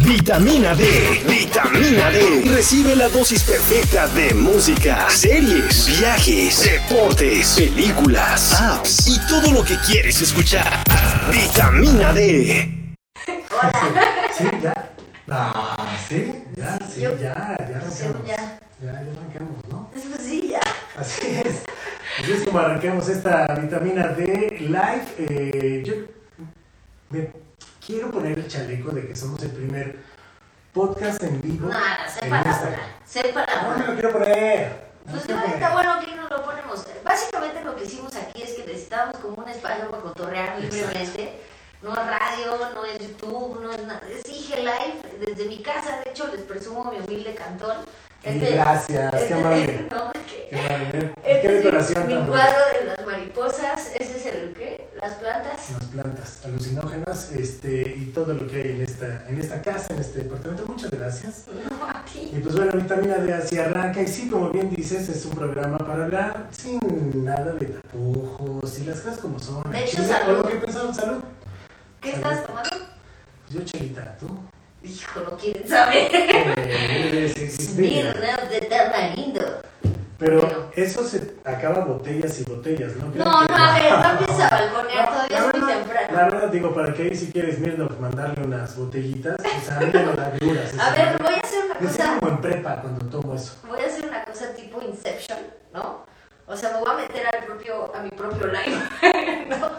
Vitamina D. Vitamina D. Recibe la dosis perfecta de música, series, viajes, deportes, películas, apps y todo lo que quieres escuchar. Vitamina D. Sí, ya. Ah, sí, ya, sí, Yo- ya, ya arrancamos. Ya, Ya. ya arrancamos, ¿no? Pues sí, ya. Así es. Así es como arrancamos esta vitamina D live. Eh, yo me quiero poner el chaleco de que somos el primer podcast en vivo. Nada, sé en para Instagram. una. Sé No, para no me lo una. quiero poner. No Pues me lo no, quiero está poner. bueno que no lo ponemos. Básicamente lo que hicimos aquí es que necesitábamos como un espacio para cotorrear libremente. No es radio, no es YouTube, no es nada. Es IG Live desde mi casa. De hecho, les presumo mi humilde cantón. Este, Sí, gracias, qué amable. no, que- Qué maravilla. este Qué es mi- decoración mi, tan bonita. cuadro de las mariposas. Ese es el qué? Las plantas. las plantas alucinógenas este, y todo lo que hay en esta, en esta casa, en este departamento. Muchas gracias. No, aquí. Y pues bueno, vitamina D así arranca. Y sí, como bien dices, es un programa para hablar sin nada de tapujos y las cosas como son. De hecho, Chisme, salud. o lo que pensaron, salud. ¿Qué estás tomando? Yo, Chelita, tú. Hijo, no quieren saber. Eh, sí, sí, sí. Mirna de tamarindo. Pero eso se acaba botellas y botellas, ¿no? No, no, a ver, no empieza a balconear, todavía la es muy verdad- temprano. La verdad, digo, para que ahí si quieres, Mirno, mandarle unas botellitas, o sea, a mí ya no da dudas. A ver, voy a hacer una Me siento cosa, como en prepa cuando tomo eso. voy a hacer una cosa tipo Inception, ¿no? O sea, me voy a meter al propio, a mi propio live, ¿no?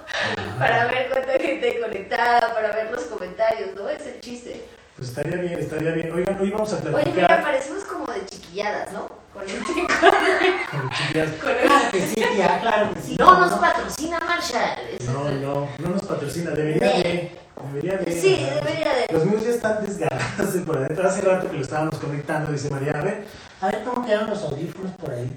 Para ver cuánta gente hay conectada, para ver los comentarios, ¿no? Es el chiste. Pues estaría bien, estaría bien. Oigan, hoy vamos a Oye, mira, platicar parecemos como de chiquilladas, ¿no? Con el- con chicas. con el- Claro que sí, tía, claro que sí. No nos patrocina Marshall. Ese es No, el- no, no nos patrocina, debería Sí. de. Debería de. Sí, ¿verdad? debería de. Los míos ya están desgarrados de por adentro. Hace rato que lo estábamos conectando, dice María, a ver, a ver cómo quedaron los audífonos por ahí.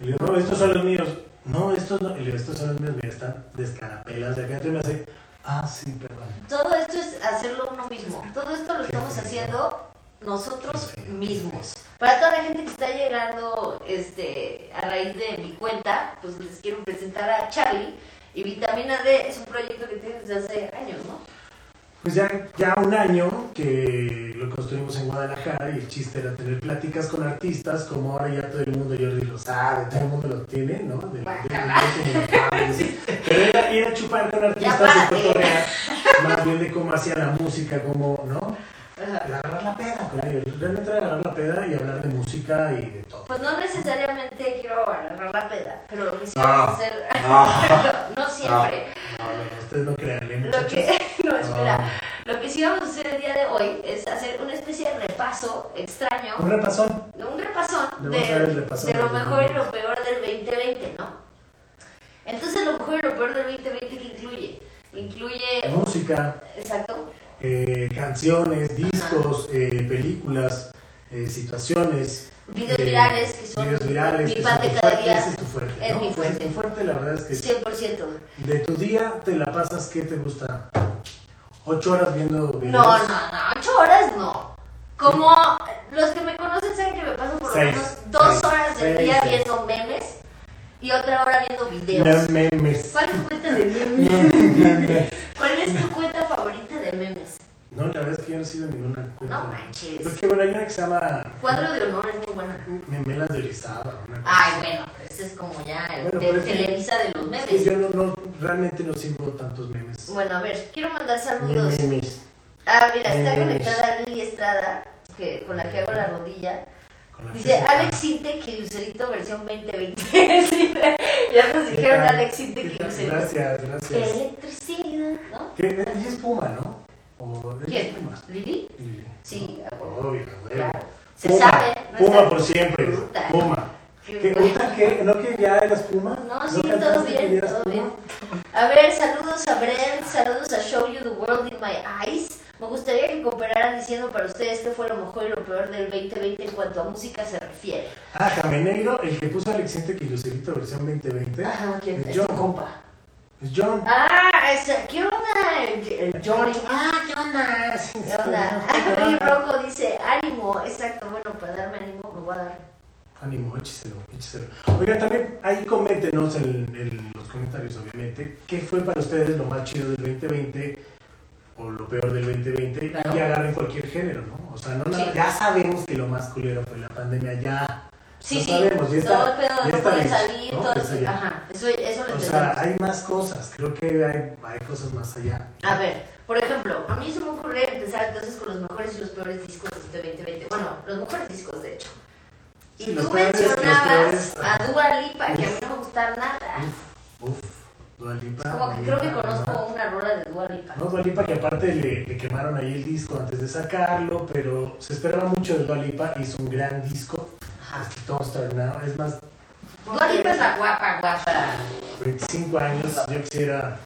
Y le digo, no, estos son los míos. No, estos no. Y le digo, estos son los míos, mira, están descarapelas. De acá entonces me hace, ah, sí, perdón. Todo esto es hacerlo uno mismo. Todo esto lo estamos haciendo nosotros mismos. Para toda la gente que está llegando este, a raíz de mi cuenta, pues les quiero presentar a Charlie. Y Vitamina D es un proyecto que tiene desde hace años, ¿no? Pues ya, ya un año que lo construimos en Guadalajara y el chiste era tener pláticas con artistas, como ahora ya todo el mundo, Jordi lo sabe, todo el mundo lo tiene, ¿no? De, de- de- de- de- de- de- de- pero era ir a chupar con artistas Ya y párate. cotorrear, más bien de cómo hacía la música, como, ¿no? Agarrar la peda con ellos, realmente era agarrar la peda y hablar de música y de todo. Pues no necesariamente quiero agarrar la peda, pero lo que sí No. vamos a hacer. No, siempre. No, no, no, ustedes no crean, ¿eh, Lo muchachos? que, no, espera. Lo que sí vamos a hacer el día de hoy es hacer una especie de repaso extraño Un repasón, un repasón Le de, vamos a dar el repasón de lo del mejor 2020. y lo peor del 2020, ¿no? Entonces, lo mejor y lo peor del 2020, ¿qué incluye? Incluye, música, exacto, eh, canciones, discos, eh, películas, eh, situaciones. Videos eh, virales, que son videos virales, mi que pan son de tu cada fuerte, día. ese es tu fuerte. Es ¿no? mi Ese fuerte. tu fuerte, la verdad es que 100%. de tu día te la pasas, ¿qué te gusta? ¿Ocho horas viendo videos? No, no, no, 8 horas no. Como los que me conocen saben que me paso por lo Seis, menos 2 seis, horas del seis, día seis. viendo memes y otra hora viendo videos. Me- memes. ¿Cuál es tu cuenta de memes? ¿Cuál es tu cuenta favorita de memes? No, la verdad es que yo no sigo ninguna cuenta. No manches. Porque bueno, hay una que se llama Cuadro de honor es muy buena. Memelas de Orizaba. una cosa Ay, así. bueno, pero ese es como ya el Bueno, de pero es que- Televisa de los memes. Sí, Yo no, no, realmente no sigo tantos memes. Bueno, a ver, quiero Mm. mandar saludos. Memes. Ah, mira, está Memes. conectada Lili Estrada, que, con la que hago la rodilla. Con la Dice que- Alex Sinte Kilucerito versión 2020. ya nos dijeron Alex Sinte Kilucerito. Gracias, gracias. Electricidad, ¿no? ¿Qué? Ella es Puma, ¿no? ¿O ella es ¿Quién? Puma? ¿Lili? Y- Sí, a huevo. Obvio, güey. Claro. Se Puma, sabe, no Puma sabe. por siempre. Puta. Puma. Qué ¿Qué, bueno. ahorita qué? ¿No que ya eras Puma? No, sí, todo cantaste que bien, eras todo Puma? bien. A ver, saludos a Brent, saludos a Show You the World in My Eyes. Me gustaría que cooperaran diciendo para ustedes qué fue lo mejor y lo peor del 2020 en cuanto a música se refiere. Ah, Jameneiro, el que puso a Alexente Quilucerito versión 2020. Ajá, ¿quién? Es Es ¿Eh? John. tu compa. Es John. Ah, es, ¿qué onda? El- el Johnny. Ah, ¿qué onda? Sí, ¿Qué onda? Ah, sí, Oye, sí. Rocco dice, ánimo. Exacto, bueno, para darme ánimo me voy a dar. Ánimo, écheselo, écheselo. Oigan, también ahí coméntenos en, en los comentarios, obviamente, qué fue para ustedes lo más chido del 2020, o lo peor del 2020 Claro. y agarren cualquier género, ¿no? O sea, no, nada- Sí. ya sabemos que lo más culero fue la pandemia, ya. Sí, lo sí, sabemos, ya está. todo el pedo de ya no está poder hecho, salir, ¿no? todo Eso eso, ya. ajá, eso, eso lo O entendemos. sea, hay más cosas, creo que hay, hay cosas más allá. A ver, por ejemplo, a mí se me ocurre empezar entonces con los mejores y los peores discos de 2020. Bueno, los mejores discos, de hecho. Y Sí, tú los peores, los mencionabas peores. a Dua Lipa, que a mí Uf. no me gustaba nada. Uf, Dua Lipa, Como que Dua creo que Lipa, conozco una rola de Dua Lipa. No, Dua Lipa que aparte le, le quemaron ahí el disco antes de sacarlo, pero se esperaba mucho de Dua Lipa, hizo un gran disco, Ajá. este, Don't Start Now, es más, Dua Lipa es la guapa, guapa. 25 años, yo quisiera,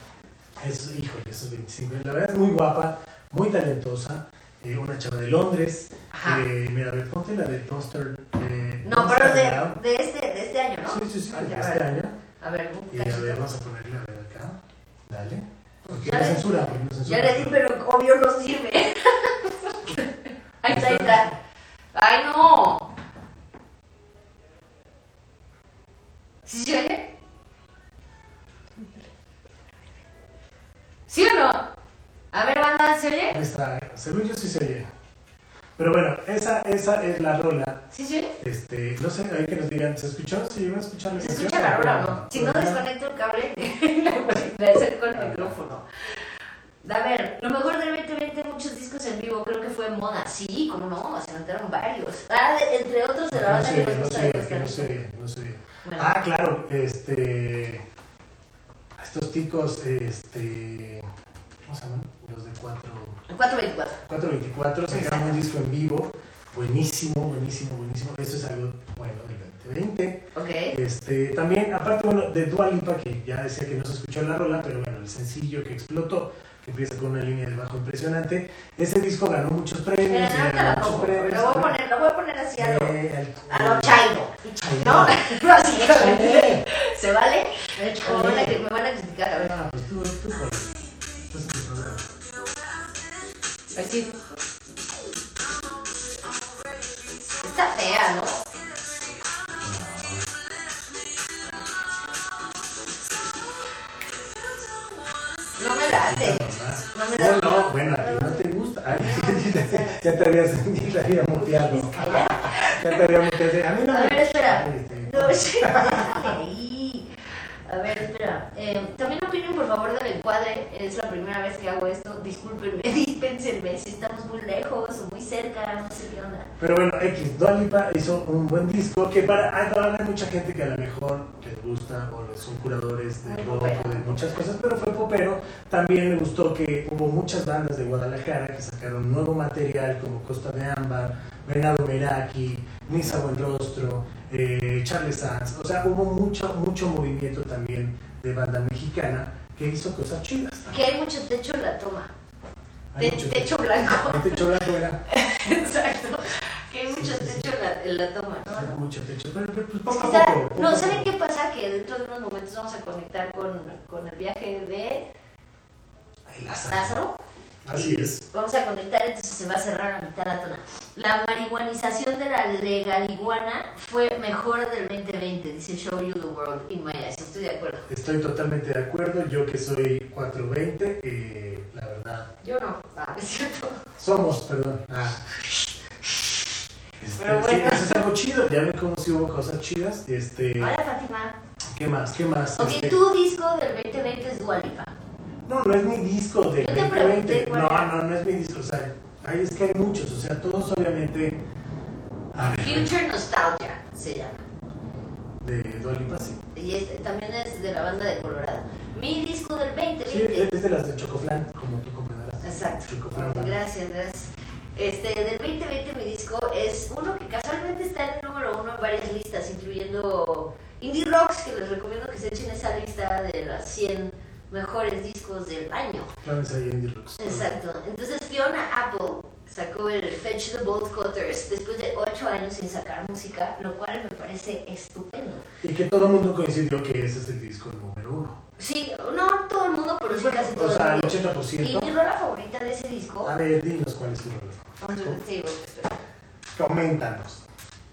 es, híjole, esos 25, la verdad es muy guapa, muy talentosa, eh, una chava de Londres, Ajá. eh, mira, a ver, ponte la de Don't Start, eh, No, Don't pero Start de, Now. de, este, de este año, ¿no? Sí, sí, sí, Ah, de ya, este año, A ver, un y a ver, cachito. vamos a ponerla a ver acá, dale, porque Ya no le- censura, porque no Ya censura. le di, pero obvio no sirve. ahí está, ahí está. ¡Ay, no! ¿Sí se oye? ¿Sí o no? A ver, banda, ¿se oye? Ahí está, según yo sí se oye. Pero bueno, esa, esa es la rola. ¿Sí se oye? Este, no sé, ahí que nos digan, ¿se escuchó? ¿Se llegó a escuchar la ¿Se canción? escucha la rola o no? Si no, desconecto el cable la acerco el micrófono. A ver, lo mejor del 2020, muchos discos en vivo, creo que fue moda. Sí, como no, se notaron varios. Ah, de- entre otros de la No banda que sé, nos no gusta sé, de Costa no Rica. sé, no sé. Bueno. Ah, claro, este. a Estos ticos, este. ¿Cómo se llaman? Los de 4. El 424. 424 sacaron un disco en vivo. Buenísimo, buenísimo, buenísimo. Eso es algo bueno del 2020. Ok. Este, también, aparte, bueno, de Dua Lipa, que ya decía que no se escuchó la rola, pero bueno, el sencillo que explotó, que empieza con una línea de bajo impresionante, ese disco ganó muchos premios. Pero y no te ganó la muchos pongo. premios, Lo voy a ¿no? poner, lo voy a poner así a lo, Eh, al- a lo Chairo. Chairo. ¿No? No, así. Chairo. ¿Se vale? Eh, O van a- me van a criticar. A ver, Ah, pues tú, tú, pues, tú es tu programa. así. Está fea, ¿no? No me late. No me No, late. no, bueno, a ti no te gusta. Ay, ya te había sentido, ya te había muteado. Ya te había muteado. A mí no A me ver, espera. Este, No, sí. A ver, espera. Eh, también opinen por favor del encuadre. Es la primera vez que hago esto. Discúlpenme, dispénsenme si estamos muy lejos o muy cerca. No sé qué onda. Pero bueno, X, Dua Lipa hizo un buen disco que para hay- ahora hay mucha gente que a lo mejor les gusta o son curadores de Muy rock popero. o de muchas cosas, pero fue popero. También me gustó que hubo muchas bandas de Guadalajara que sacaron nuevo material como Costa de Ámbar, Venado Meraki, Nisa Buenrostro, eh, Charles Sanz. O sea, hubo mucho, mucho movimiento también de banda mexicana que hizo cosas chidas. Que hay mucho techo en la toma. Hay Te- mucho- techo blanco. hay techo blanco, era- Exacto. Que hay mucho techo en la, en la toma, ¿no? era mucho techo, pero, pero, pues, Es poco que a está- poco, poco no, a ¿saben poco. qué pasa? Que dentro de unos momentos vamos a conectar con, con el viaje de Ay, Lázaro. Lázaro. Así es. Vamos a conectar, entonces se va a cerrar a mitad la tona. La marihuanización de la legaliguana fue mejor del 2020, dice Show You the World in My Eyes. Estoy de acuerdo. Estoy totalmente de acuerdo. Yo que soy 420, eh, la verdad. Yo no, ah, es cierto. Somos, perdón. Ah. Este, Pero bueno. sí, eso es algo chido. Ya ven cómo si hubo cosas chidas. Este, Hola, Fátima. ¿Qué más? ¿Qué más? Este, Ah. Ok, tu disco del 2020 es Dualipa. No, no es mi disco de Yo te pregunté 2020. cuál No, era. no, no es mi disco. O sea, ahí es que hay muchos. O sea, todos obviamente. A ver, Future Nostalgia se llama. de Dua Lipa, sí. Y este también es de la banda de Colorado. Mi disco del Sí, 2020. es de las de Chocoflan, como tú comprenderás. Exacto. Chocoflan. ¿vale? Gracias, gracias. Este, del 2020 mi disco es uno que casualmente está en el número uno en varias listas, incluyendo Indie Rocks, que les recomiendo que se echen esa lista de los 100 mejores discos del año. Planes ahí en Deluxe. Exacto. Entonces Fiona Apple sacó el Fetch the Bolt Cutters después de 8 años sin sacar música, lo cual me parece estupendo. Y que todo el mundo coincidió que ese es el disco número uno. Sí, no todo el mundo, pero sí casi todo O sea, el el mundo. Y mi 80%. rola favorita de ese disco, A ver, dinos cuál es tu rola. sí, espera. Coméntanos.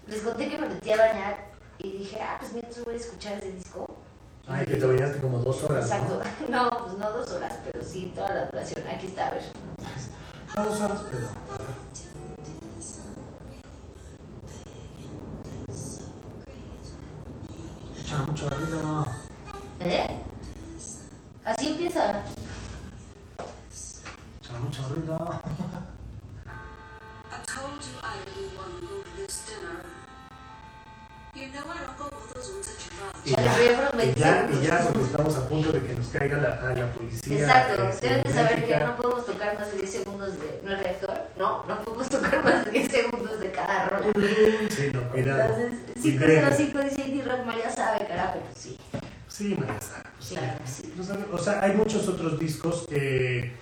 Les conté que me metí a bañar y dije, ah, pues mientras voy a escuchar ese disco. Ay, que te bañaste como dos horas, ¿no? Exacto. No, pues no dos horas, pero sí toda la duración. Aquí está, a ver. Vamos, vamos, pero. Chamo, chorrito. ¿Eh? Así empieza. Chamo, chorrito. I told you I didn't want to go to this dinner. You know I don't go with those ones that you love. Y Ya ya, te había y ya, prometido. y ya, porque estamos a punto de que nos caiga la, a la policía. Exacto, este, deben de saber que médica. no podemos tocar más de 10 segundos de. ¿No es reactor? No, no podemos tocar más de 10 segundos de cada rola. Sí, no, cuidado. Entonces, Y deja. 505 dice Indie Rock María sabe, carajo. Pues sí, Sí, María Sara, pues sí. Claro que sí. No sabe- O sea, hay muchos otros discos que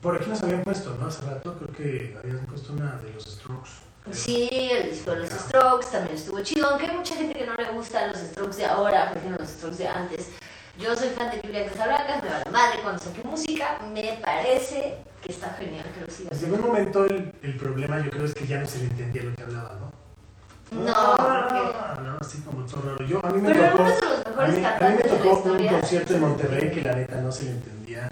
por aquí nos habían puesto, ¿no? Hace rato creo que habían puesto una de los Strokes. creo. Pues Sí, el disco de los Strokes también estuvo chido, aunque hay mucha gente que no le gustan los Strokes de ahora, prefieren los Strokes de antes. Yo soy fan de Julia Casablancas, me va la madre cuando saqué música, me parece que está genial que lo sigas. Llegó un momento el, el problema, yo creo, es que ya no se le entendía lo que hablaba, ¿no? No, porque Ah, no, así como todo raro. Yo, a mí me Pero tocó, uno de los a mejores mí, a mí me cantantes de la tocó un historia. concierto en Monterrey que la neta no se le entendía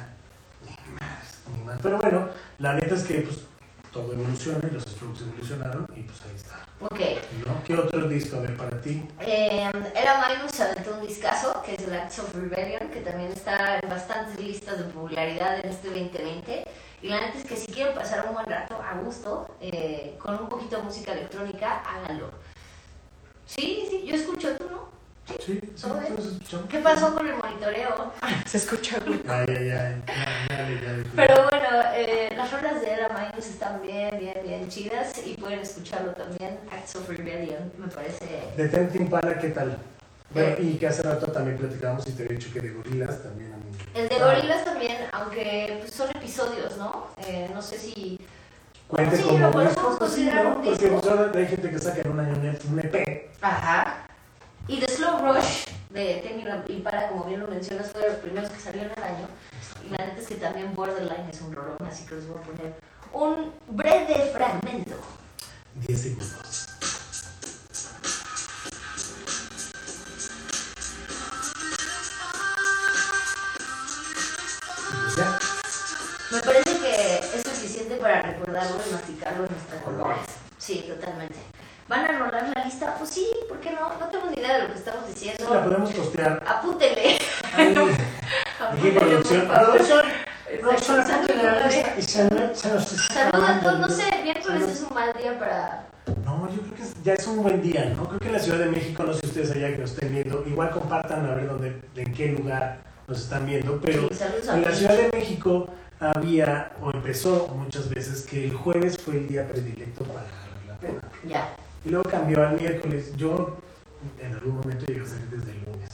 ni más, ni más. Pero bueno, la neta es que pues todo evoluciona y los Strokes evolucionaron y pues ahí está. Ok, ¿no? ¿Qué otro disco, a ver, para ti? Eh, era Minus se aventó un discazo que es el Acts of Rebellion, que también está en bastantes listas de popularidad en este 2020. Y la neta es que si quieren pasar un buen rato a gusto, eh, con un poquito de música electrónica, háganlo. Sí, sí, yo escucho tú, ¿no? Sí, sí, A ver. entonces escuchamos. ¿Qué pasó con el monitoreo? Se escucha, güey. Ay, ay, ay. Ya, ya, ya, ya. Pero bueno, eh, las rolas de Era Minus están bien, bien, bien chidas y pueden escucharlo también. Acts of Rebellion, me parece De Tame Impala, ¿qué tal? Bueno, y que hace rato también platicábamos y te había dicho que de gorilas también a mí. El de gorilas también, aunque pues, son episodios, ¿no? Eh, no sé si... Ah, Cuente Sí, como lo un podemos disco, pues sí, considerar ¿no? un Porque disco. pues, ahora hay gente que saca en un año un EP, un E EP. Ajá. Y The Slow Rush de Temi y para, como bien lo mencionas, fue de los primeros que salió en el año. Y la neta es que también Borderline es un rolón, así que les voy a poner un breve fragmento. 10 segundos. Y ya. Me parece que es suficiente para recordarlo y masticarlo en nuestras memorias. Sí, totalmente. ¿Van a rolar la lista? Pues sí, ¿por qué no? No tengo ni idea de lo que estamos Eso la diciendo. podemos postear. Apúntele. Ahí, aquí Apúntele, producción. Ah, por favor. Producción, producción, Exacto, apúntenle a la lista salúdale. y se nos- se nos está Saluda a acabando todos, el no video. sé, miércoles es un mal día para... No, yo creo que es- ya es un buen día, ¿no? Creo que en la Ciudad de México, no sé ustedes allá que nos estén viendo, igual compartan a ver dónde, en qué lugar nos están viendo, pero Sí, saludos a en la todos. Ciudad de México había, o empezó muchas veces, que el jueves fue el día predilecto para agarrar la pena. Ya. Y luego cambió al miércoles. Yo en algún momento llegué a salir desde el lunes.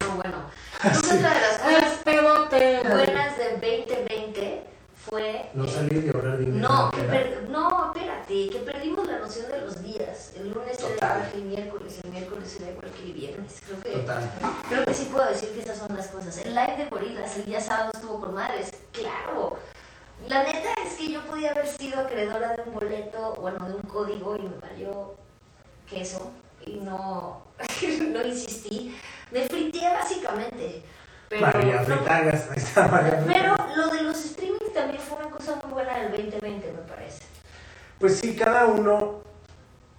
No, bueno. Ah, Entonces, una de las cosas buenas del 2020 fue... No eh, salir de horario de No, que per- no, espérate, que perdimos la noción de los días. El lunes era igual que el miércoles, el miércoles era igual que el viernes. Creo que, Total. creo que sí puedo decir que esas son las cosas. El live de Gorilas el día sábado estuvo con madres, claro. La neta es que yo podía haber sido acreedora de un boleto, bueno, de un código y me valió queso y no, no insistí. Me frité básicamente. Pero, María no- Fritagas, ahí está María pero Fritagas. lo de los streamings también fue una cosa muy buena del 2020, me parece. Pues sí, cada uno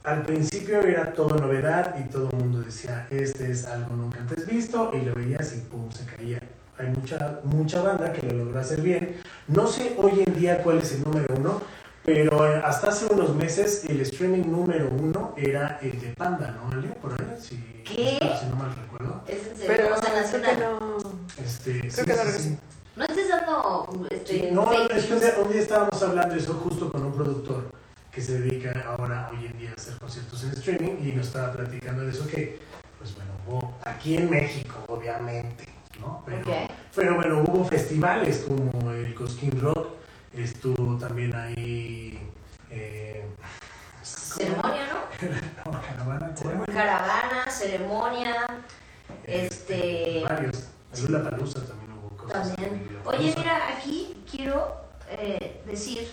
al principio era todo novedad y todo el mundo decía, este es algo nunca antes visto y lo veías y pum, se caía. Hay mucha, mucha banda que lo logró hacer bien. No sé hoy en día cuál es el número uno, pero eh, hasta hace unos meses el streaming número uno era el de Panda, ¿no, Ale? Por ahí, si, ¿Qué? si no mal recuerdo. Es en serio, Pero o sea, creo que nacional. No. no. Este, sí, que sí, no sí. regresó. estés dando este, No, fake es que un news. día, un día estábamos hablando de eso justo con un productor que se dedica ahora, hoy en día, a hacer conciertos en streaming y nos estaba platicando de eso que, pues bueno, hubo aquí en México, obviamente, ¿no? Pero, Ok. pero bueno, hubo festivales como el Cosquín Rock, estuvo también ahí... Eh, Ceremonia, ¿no? no, Caravana, ¿cómo era? Caravana, ceremonia. Este- Varios. Lula Palusa también hubo cosas. También. en Lollapalooza. Oye, mira, aquí quiero eh, decir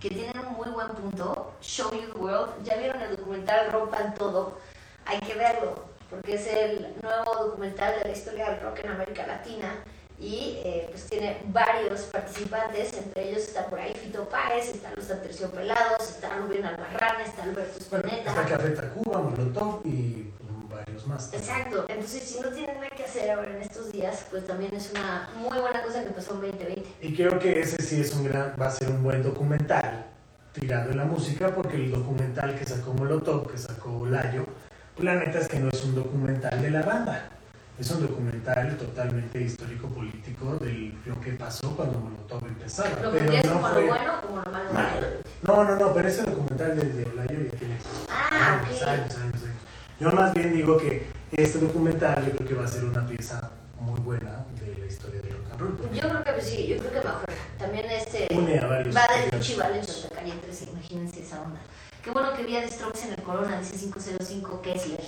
que tienen un muy buen punto. Show You the World. Ya vieron el documental Rompan Todo. Hay que verlo, porque es el nuevo documental de la historia del rock en América Latina. y eh, pues tiene varios participantes, entre ellos está por ahí Fito Páez, están los Aterciopelados, está Rubén Albarrán, está Alberto Está Spinetta. Café Tacuba, Molotov y pues, varios más. Exacto, entonces si no tienen nada que hacer ahora en estos días, pues también es una muy buena cosa que pasó en 2020. Y creo que ese sí es un gran, va a ser un buen documental tirado en la música, porque el documental que sacó Molotov, que sacó Layo, pues la neta es que no es un documental de la banda. Es un documental totalmente histórico-político de lo que pasó cuando Molotov empezaba. Lo pero metías no como fue- lo bueno como lo malo. No, no, no, pero ese documental de, de Layo ya tiene Ah, años, ok. años, años, años. Yo más bien digo que este documental yo creo que va a ser una pieza muy buena de la historia del rock and roll. porque Yo creo que pues, sí, yo creo que mejor. También este Une a varios. va del Chival en Santa Calientes, imagínense esa onda. Qué bueno que vi a The Strokes en el Corona, dice 505 Kessler.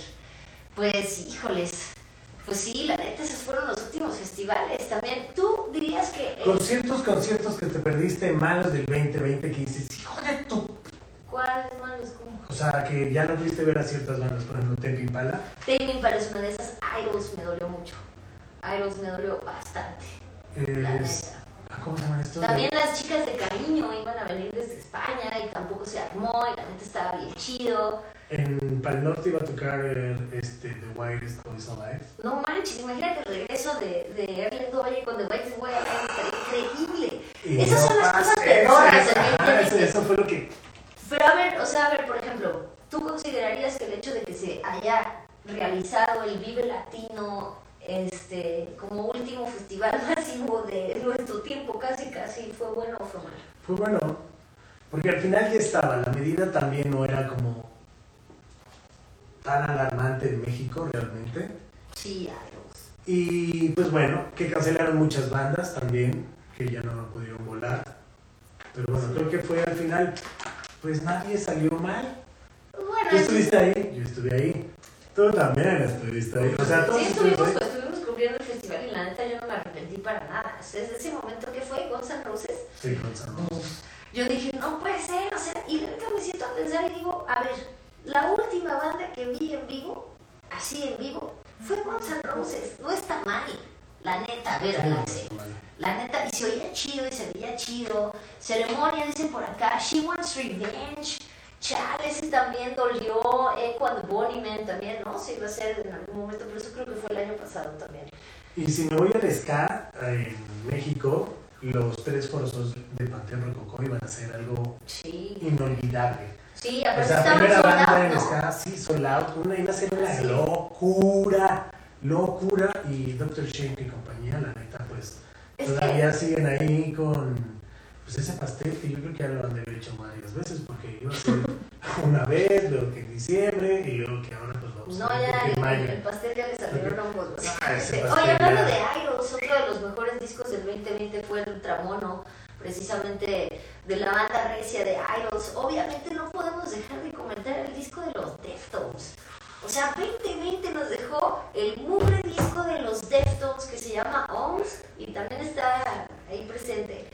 Pues, híjoles, pues sí, la neta, esos fueron los últimos festivales también. ¿Tú dirías que eh, Conciertos, conciertos que te perdiste malos del 2020 que dices, hijo de tu... cuáles malos como? O sea, que ya no pudiste ver a ciertas bandas, por ejemplo, Tempe Impala. Taming parece una de esas. Idols me dolió mucho. Idols me dolió bastante. La Es... neta. ah, ¿Cómo se llaman estos? También las chicas de cariño iban a venir desde España y tampoco se armó y la neta estaba bien chido. En Pal Norte iba a tocar eh, este, The Wireless Boys Alive. No manches, imagínate el regreso de, de Ernesto Valle con The White Way, estaría increíble. Y Esas no son las cosas pasa peores eso, del ajá, eso, 2020. eso fue lo que... Pero a ver, o sea, a ver, por ejemplo, ¿tú considerarías que el hecho de que se haya realizado el Vive Latino este, como último festival masivo de nuestro tiempo, casi casi, fue bueno o fue malo? Fue Pues bueno, porque al final ya estaba, la medida también no era como tan alarmante en México realmente. Sí, adiós. Y pues bueno, que cancelaron muchas bandas también, que ya no pudieron volar. Pero bueno, creo que fue al final, pues nadie salió mal. Bueno, ¿Tú estuviste ahí? Yo estuve ahí. Tú también estuviste ahí. O sea, todos sí, estuvimos estuvimos, ahí. estuvimos cubriendo el festival y la neta yo no me arrepentí para nada. O sea, desde ese momento que fue Guns N' Roses, Sí, con San Ramos. yo dije, no puede ser, o sea, y la neta me siento a pensar y digo, a ver, la última banda que vi en vivo, así en vivo, fue Guns N' Roses, no está mal, la neta, ver a Axel. La neta, y se oía chido y se veía chido. Ceremonia, dicen por acá. She Wants Revenge. Chale, ese también dolió. eh, Echo and the Bunnymen también, ¿no? Se iba a hacer en algún momento, pero eso creo que fue el año pasado también. Y si me voy al ska eh, en México, los tres foros de Panteón Rococó iban a ser algo Sí. inolvidable. Sí, O aparte sea, estaban primera banda en soldados, ¿no? ska, sí, sold out, una iba a ser una Sí. locura, locura, y Dr. Shank y compañía, la neta, pues, Es todavía siguen ahí con, pues, ese pastel que yo creo que ya lo han de haber hecho varias veces, porque iba a ser una vez, luego que en diciembre, y luego que ahora, pues, vamos No, a ver ya porque en el, mayo. el pastel ya les salieron hongos. Ah, ese Este, pastel Oye, hablando ya. de Idols, otro de los mejores discos del 2020 fue el Ultramono, precisamente de la banda recia de Idols. Obviamente no podemos dejar de comentar el disco de los Deftones. O sea, 2020 nos dejó el mugre disco de los Deftones que se llama OMS y también está ahí presente.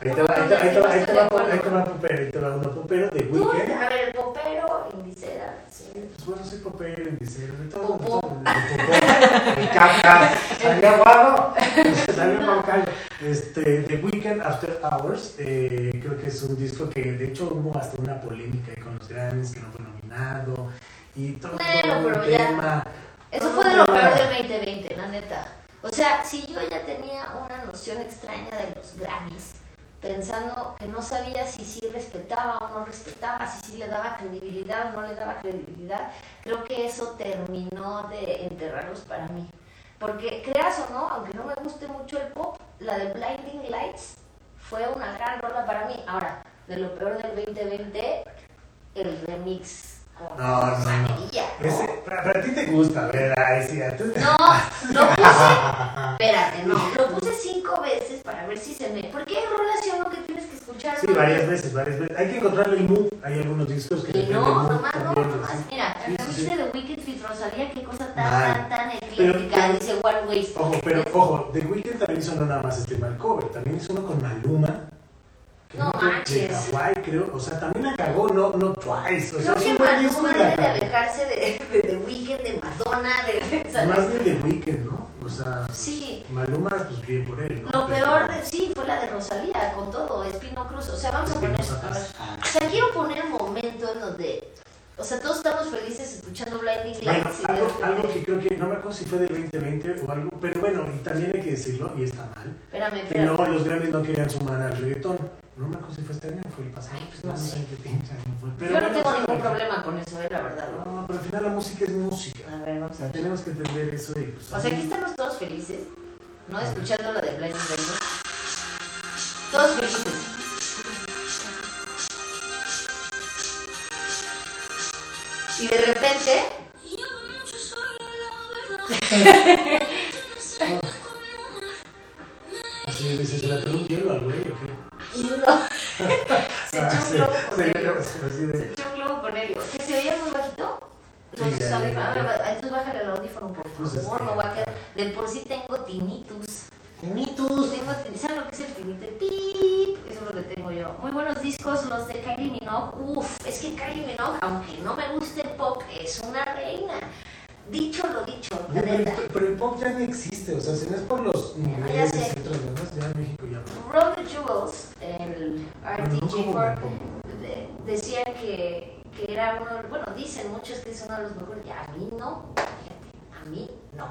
Ahí te va, ahí te va, ahí te va, ahí te va, ahí te va, popero, ahí te va una popero de Tú, Weekend. a ver, el popero, indicera, sí. Pues bueno, soy popero, indicero, de todo. Popó. El caca. Salía guado. Salía guado callo. Este, The Weekend After Hours, eh, creo que es un disco que de hecho hubo hasta una polémica ahí con los Grammys que no fue nominado. Y todo, Bueno, todo pero el ya. tema. Eso fue Ah, de lo peor del 2020, la neta. O sea, si yo ya tenía una noción extraña de los Grammys, pensando que no sabía si sí respetaba o no respetaba, si sí le daba credibilidad o no le daba credibilidad, creo que eso terminó de enterrarlos para mí. Porque creas o no, aunque no me guste mucho el pop, la de Blinding Lights fue una gran rola para mí. Ahora, de lo peor del 2020, el remix. No, no, no. Maravilla, ¿no? Ese, para, para ti te gusta, ¿verdad? Sí, a ti te- No, lo puse. Espérate, no. Lo puse cinco veces para ver si se me. Porque hay relación lo que tienes que escuchar. Sí, ¿no? varias veces, varias veces. Hay que encontrarle el mood. Hay algunos discos que Y depende no, del mood nomás no, también, nomás. ¿sí? Mira, Sí, acá sí, sí. viste de Wicked Fit Rosalía, qué cosa tan, Mal. tan, tan Pero- ecléctica. pero- Dice One Ways. Ojo, pero ojo, The Weeknd también hizo no nada más este mal cover, también hizo uno con Maluma, que No creo- de manches. Hawái, creo. O sea, también la cagó, no, no Twice. O sea, Creo es que un buen disco Maluma y la debe de cagó. alejarse de, de The Weeknd, de Madonna, de... ¿sabes? Más de The Weeknd, ¿no? O sea, Sí. Maluma, pues bien por él, ¿no? Lo Pero- peor de, sí fue la de Rosalía, con todo, Espino Cruz. O sea, vamos a poner. Espino a ver, Cruz. O sea, quiero poner un momento en donde. O sea, todos estamos felices escuchando Blinding Bueno, Lights. y este de algo, repente- algo que creo que, no me acuerdo si fue del 2020 o algo, pero bueno, y también hay que decirlo, y está mal, Espérame, que espérame. no, los Grammys no querían sumar al reggaetón. No me acuerdo si fue este año o fue el pasado, Ay, pues no, no sé. sé en qué pinche año fue. Pero Yo no bueno, tengo sí, ningún porque- problema con eso, eh, la verdad. ¿no? No, pero al final la música es música. A ver, O vamos a sea, ver. tenemos que entender eso y pues... O sea, aquí estamos todos felices, ¿no? Escuchando la de Blinding Lights. Todos felices. Y de repente, Así pues, dices, ¿se la pegó un hielo al güey o qué? no, se Ah, echó sí, un globo sí, con helio. pues, así Se de- echó un globo con helio. ¿Que se oía muy bajito? No Sí, ya, sabe, ya, a ver, ya. va- entonces bájale el audífono, por Pues es favor, que- no va a quedar. De por sí tengo tinnitus. Tinnitus. Tengo, tin- ¿Saben lo que es el tinnitus? El pip. Eso es lo que tengo yo. Muy buenos discos los de Kylie Minogue. Uf, es que Kylie Minogue, aunque no me guste el pop, es una reina. Dicho lo dicho, la Pero el- neta. Ah, Pero el pop ya no existe, o sea, si no es por los niveles sé. y otras cosas, ya México ya no. Rob the Jewels, el Como- RTJ4, como- de- decían que, que era uno, de- bueno, dicen muchos que es uno de los mejores, y a mí no, fíjate, a mí no.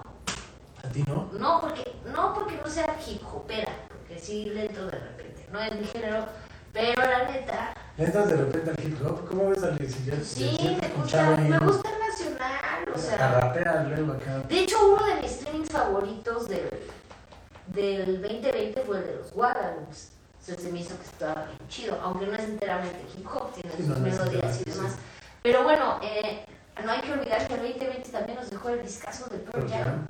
¿A ti no? No porque no, porque no sea hip hopera, porque sí le entro de repente, no es mi género, pero la neta, ¿Le entras de repente al hip hop? ¿Cómo ves al Luis? sí, me gusta, me gusta el nacional, o La sea. rapea luego acá. De hecho, uno de mis streamings favoritos del, del 2020 fue el de los Guadalupes. Se, se me hizo que estaba bien chido, aunque no es enteramente hip hop, tiene Sí, sus no, no es melodías y enteramente, demás. Pero bueno, eh, no hay que olvidar que el 2020 también nos dejó el discazo de Pearl Pearl Jam. Jam.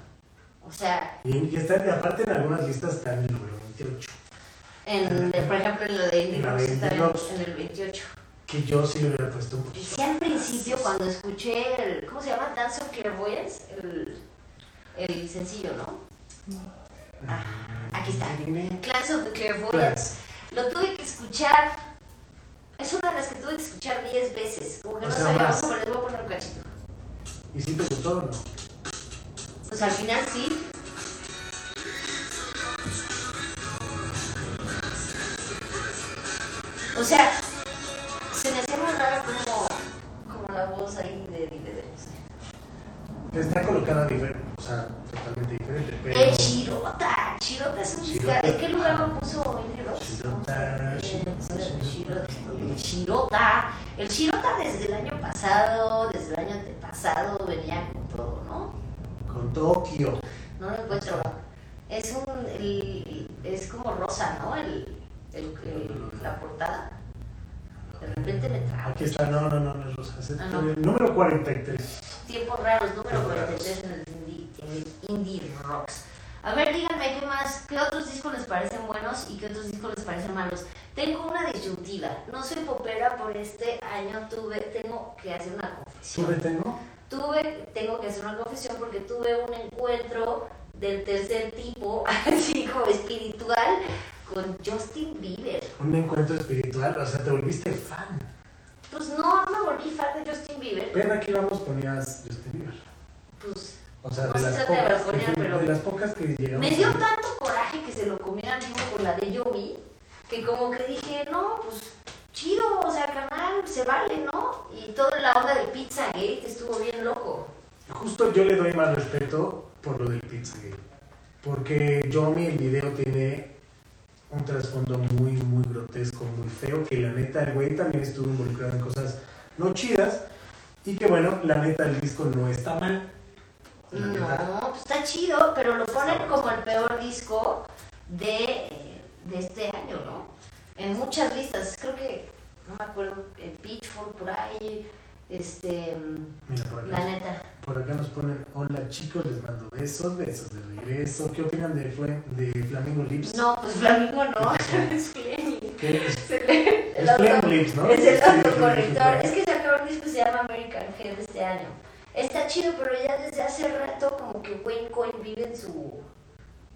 O sea, Y, y está, y aparte en algunas listas está en el número 28. en, por ejemplo, en lo de Indie En la Rocks de está Indie en- Rocks. en el 28. Que yo sí le hubiera puesto un poquito. Y sí, al principio, cuando escuché el. ¿Cómo se llama? Dance of Clairvoyance, el, el sencillo, ¿no? Ah, aquí está. Class of the Clairvoyance. Lo tuve que escuchar. Es una de las que tuve que escuchar 10 veces. Como que O no sea, sabía más. cómo les voy a poner un cachito. ¿Y si te gustó o no? O sea, al final sí. O sea, se me hacía muy raro como, como la voz ahí de de- de- de- Está colocada diferente, o sea, totalmente diferente. Pero. Eh, Chirota, Chirota es un Chirota. disca- ¿En qué lugar lo puso Indie Rocks? Chirota, Eh, Chirota, Chirota. El Chirota. El Chirota desde el año pasado, desde el año antepasado, venía con todo, ¿no? Con Tokio. No lo encuentro. Es un. el- es como rosa, ¿no? El, el- el- la portada. De repente me trago. Aquí Ah, está, no, no, no, no es Rosa. es el Ah, no. Número 43. Tiempos raros, número Tiempos 43 en el indie, en el indie rocks. A ver, díganme qué más, qué otros discos les parecen buenos y qué otros discos les parecen malos. Tengo una disyuntiva. No soy popera por este año. Tuve, tengo que hacer una ¿Tú confesión. retengo? Tuve, tengo que hacer una confesión porque tuve un encuentro del tercer tipo, así como espiritual, con Justin Bieber. Un encuentro espiritual, o sea, te volviste fan. Pues no, no me volví fan de Justin Bieber. Pero aquí vamos ponías Justin Bieber. Pues O sea, No de se las, trata de pocas, balconear, pero- de las pocas que llegamos. Me dio a- tanto coraje que se lo comieran vivo con la de Yomi, que como que dije, no, pues chido, o sea, canal, se vale, ¿no? Y toda la onda del pizza gate estuvo bien loco. Justo yo le doy más respeto por lo del Pizzagate. Porque Yomi, el video tiene un trasfondo muy, muy grotesco, muy feo. Que la neta, el güey también estuvo involucrado en cosas no chidas. Y que bueno, la neta, el disco no está mal. La neta. No, pues está chido, pero lo ponen como el peor disco de, de este año, ¿no? En muchas listas, creo que, no me acuerdo, el Pitchfork por ahí, este, Mira, por la acá, neta. por acá nos ponen: Hola chicos, les mando besos, besos de regreso. ¿Qué opinan de, Fue- de Flamingo Lips? No, pues Flamingo no, es Fleming. Que es- Se le- Es el auto- Flem Lips, ¿no? Es el Sí, autocorrector. sí, sí. Es que sacaron un disco que se llama American Head este año. Está chido, pero ya desde hace rato como que Wayne Coyne vive en su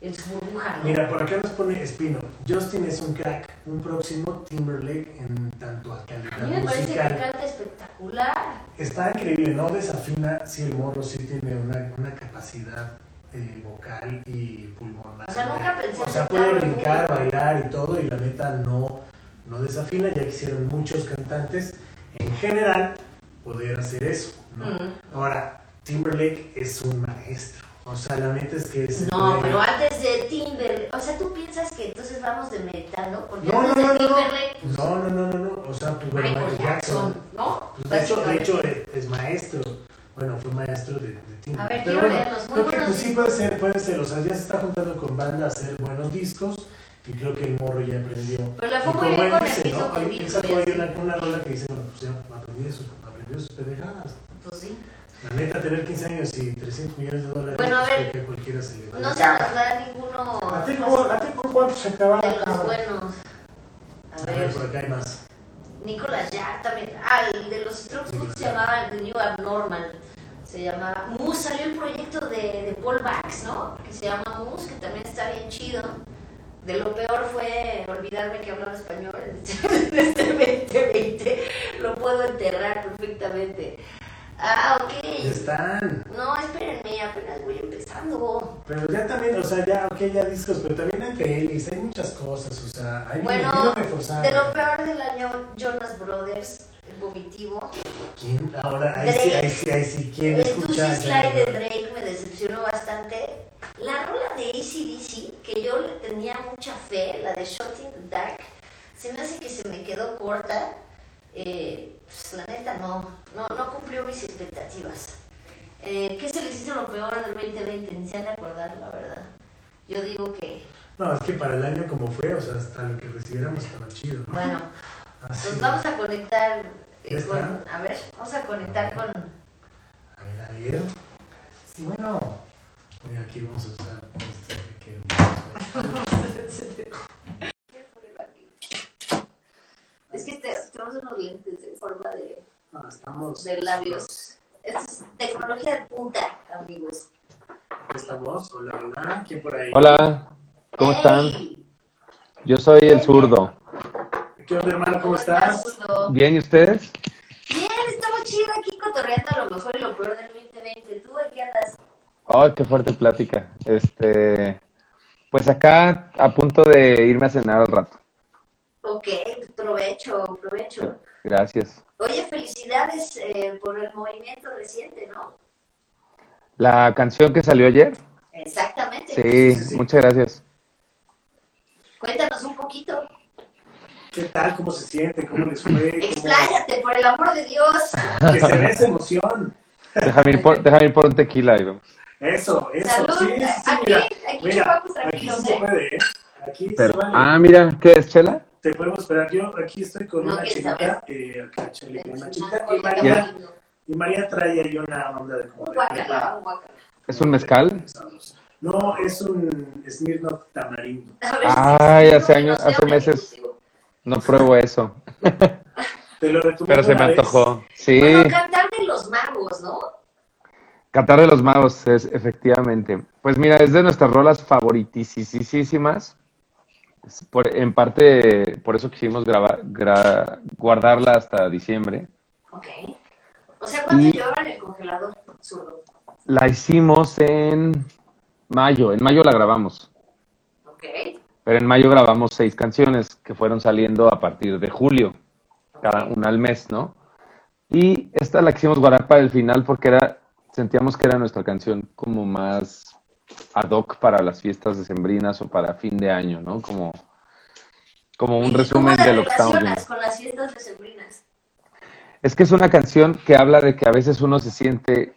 en su burbuja, ¿no? Mira, por acá nos pone Espino. Justin es un crack, un próximo Timberlake en tanto a a calidad mí me parece que musical. canta espectacular. Está increíble, no desafina si el morro sí tiene una, una capacidad eh, vocal y pulmonar. O sea, nunca pensé O sea, en puede cantar. brincar, bailar y todo, y la neta no, no desafina. Ya quisieron muchos cantantes en general poder hacer eso. ¿no? Mm. Ahora, Timberlake es un maestro. O sea, la neta es que es. No, pero antes de Timberlake, o sea, tú piensas que entonces vamos de metano, porque No, no, antes no, de no, no. Timberlake, No, no, no, no, no. O sea, pues bueno, Michael Michael Jackson. Jackson, ¿no? Pues, de hecho, de hecho es, es maestro. Bueno, fue maestro de, de Timberlake. A ver, Pero quiero bueno, leerlos, muy creo que pues, buenos sí puede ser, puede ser. O sea, ya se está juntando con banda a hacer buenos discos. Y creo que el morro ya aprendió. Pero le fue Y como muy bien él con el dice, piso ¿no? Ahí conmigo, Esa ya fue sé. una, una rola que dice, bueno, pues ya aprendí sus, aprendió sus pendejadas. pues sí. La neta, tener 15 años y 300 millones de dólares. Bueno, a pues, creo ver, que cualquiera se le va. No se nos da ninguno ¿A ti por, a ti por cuánto se te va de la los cabra? buenos. pues. A A ver, ver, por acá hay más. Nicolas Jack también. Ah, el de los Strokes ¿cómo se llamaba The New Abnormal. Se llamaba Moose, salió el proyecto de, de Paul Bax, ¿no? Que se llama Moose, que también está bien chido. De lo peor fue olvidarme que hablaba español en este- en este 2020. Lo puedo enterrar perfectamente. Ah, Ya ok. están. No, espérenme, apenas voy empezando. Pero ya también, o sea, ya, ok, ya discos, pero también hay pelis, hay muchas cosas, o sea, hay Bueno, yo no me forzaba. de lo peor del año, Jonas Brothers, el vomitivo. ¿Quién? Ahora, ahí sí, ahí sí, ahí sí, ¿quién El escucha? Tucci este Slide de Drake me decepcionó bastante. La rola de ACDC, que yo le tenía mucha fe, la de Shot in the Dark, se me hace que se me quedó corta. Eh, pues la neta no, no, no cumplió mis expectativas. Eh, ¿Qué se les hizo lo peor del 2020? Ni se han de acordar, la verdad. Yo digo que, No, es que para el año como fue, o sea, hasta lo que recibiéramos estaba chido, ¿no? Ah, bueno, Así. nos Pues vamos a conectar eh, ¿Ya con, está? a ver, vamos a conectar con, A ver, a ver. Sí, bueno. Mira, aquí vamos a usar este que... Ah, es que te- tenemos unos lentes en forma de... Ah, estamos... de labios. Es tecnología de punta, amigos. Estamos, hola, hola, ¿quién por ahí? Hola, ¿cómo están? ¡Ey! Yo soy el zurdo. ¿Qué onda, hermano, cómo estás? Augusto? ¿Bien y ustedes? Bien, estamos chido aquí cotorreando a lo mejor y lo peor del 2020. ¿Tú aquí andas? ¡Ay, Oh, qué fuerte plática! Este, pues acá a punto de irme a cenar al rato. Ok, provecho, provecho. Gracias. Oye, felicidades eh, por el movimiento reciente, ¿no? ¿La canción que salió ayer? Exactamente. Sí, muchas gracias. Cuéntanos un poquito. ¿Qué tal? ¿Cómo se siente? ¿Cómo les fue? ¿Cómo... Expláyate, por el amor de Dios. Que se ve esa emoción. Déjame ir por, déjame ir por un tequila. y vemos. Eso, eso, Salud. sí, sí, Aquí, mira, aquí mira, chupamos aquí tranquilos, se ¿eh? puede, ¿eh? Aquí Pero- se vale. ah, mira, ¿qué es, Chela? Te podemos esperar, yo aquí estoy con No una quieres chelita, eh, acá chele con una chelita, y Guacala, Ya. María, y María trae ahí una onda de como un de guacala, un guacala. ¿Es un mezcal? No, es un Smirnoff tamarindo. A ver, Ay, hace no, años- no sea hace un meses. ejecutivo. No pruebo eso, Te lo recomiendo pero se me una vez. antojó. Sí, Bueno, cantar de los magos, ¿no? Qatar de los Magos, es, efectivamente. Pues mira, es de nuestras rolas favoritísimas. en parte, por eso quisimos grabar, gra- guardarla hasta diciembre. Ok. O sea, cuando Y- llevan el congelador zurdo. La hicimos en mayo, en mayo la grabamos, Ok. pero en mayo grabamos seis canciones que fueron saliendo a partir de julio, cada una al mes, ¿no? Y esta la quisimos guardar para el final porque era, sentíamos que era nuestra canción como más ad hoc para las fiestas decembrinas o para fin de año, ¿no? Como, como un ¿Y resumen cómo la de lo que estamos viendo. relacionas con las fiestas decembrinas? Es que es una canción que habla de que a veces uno se siente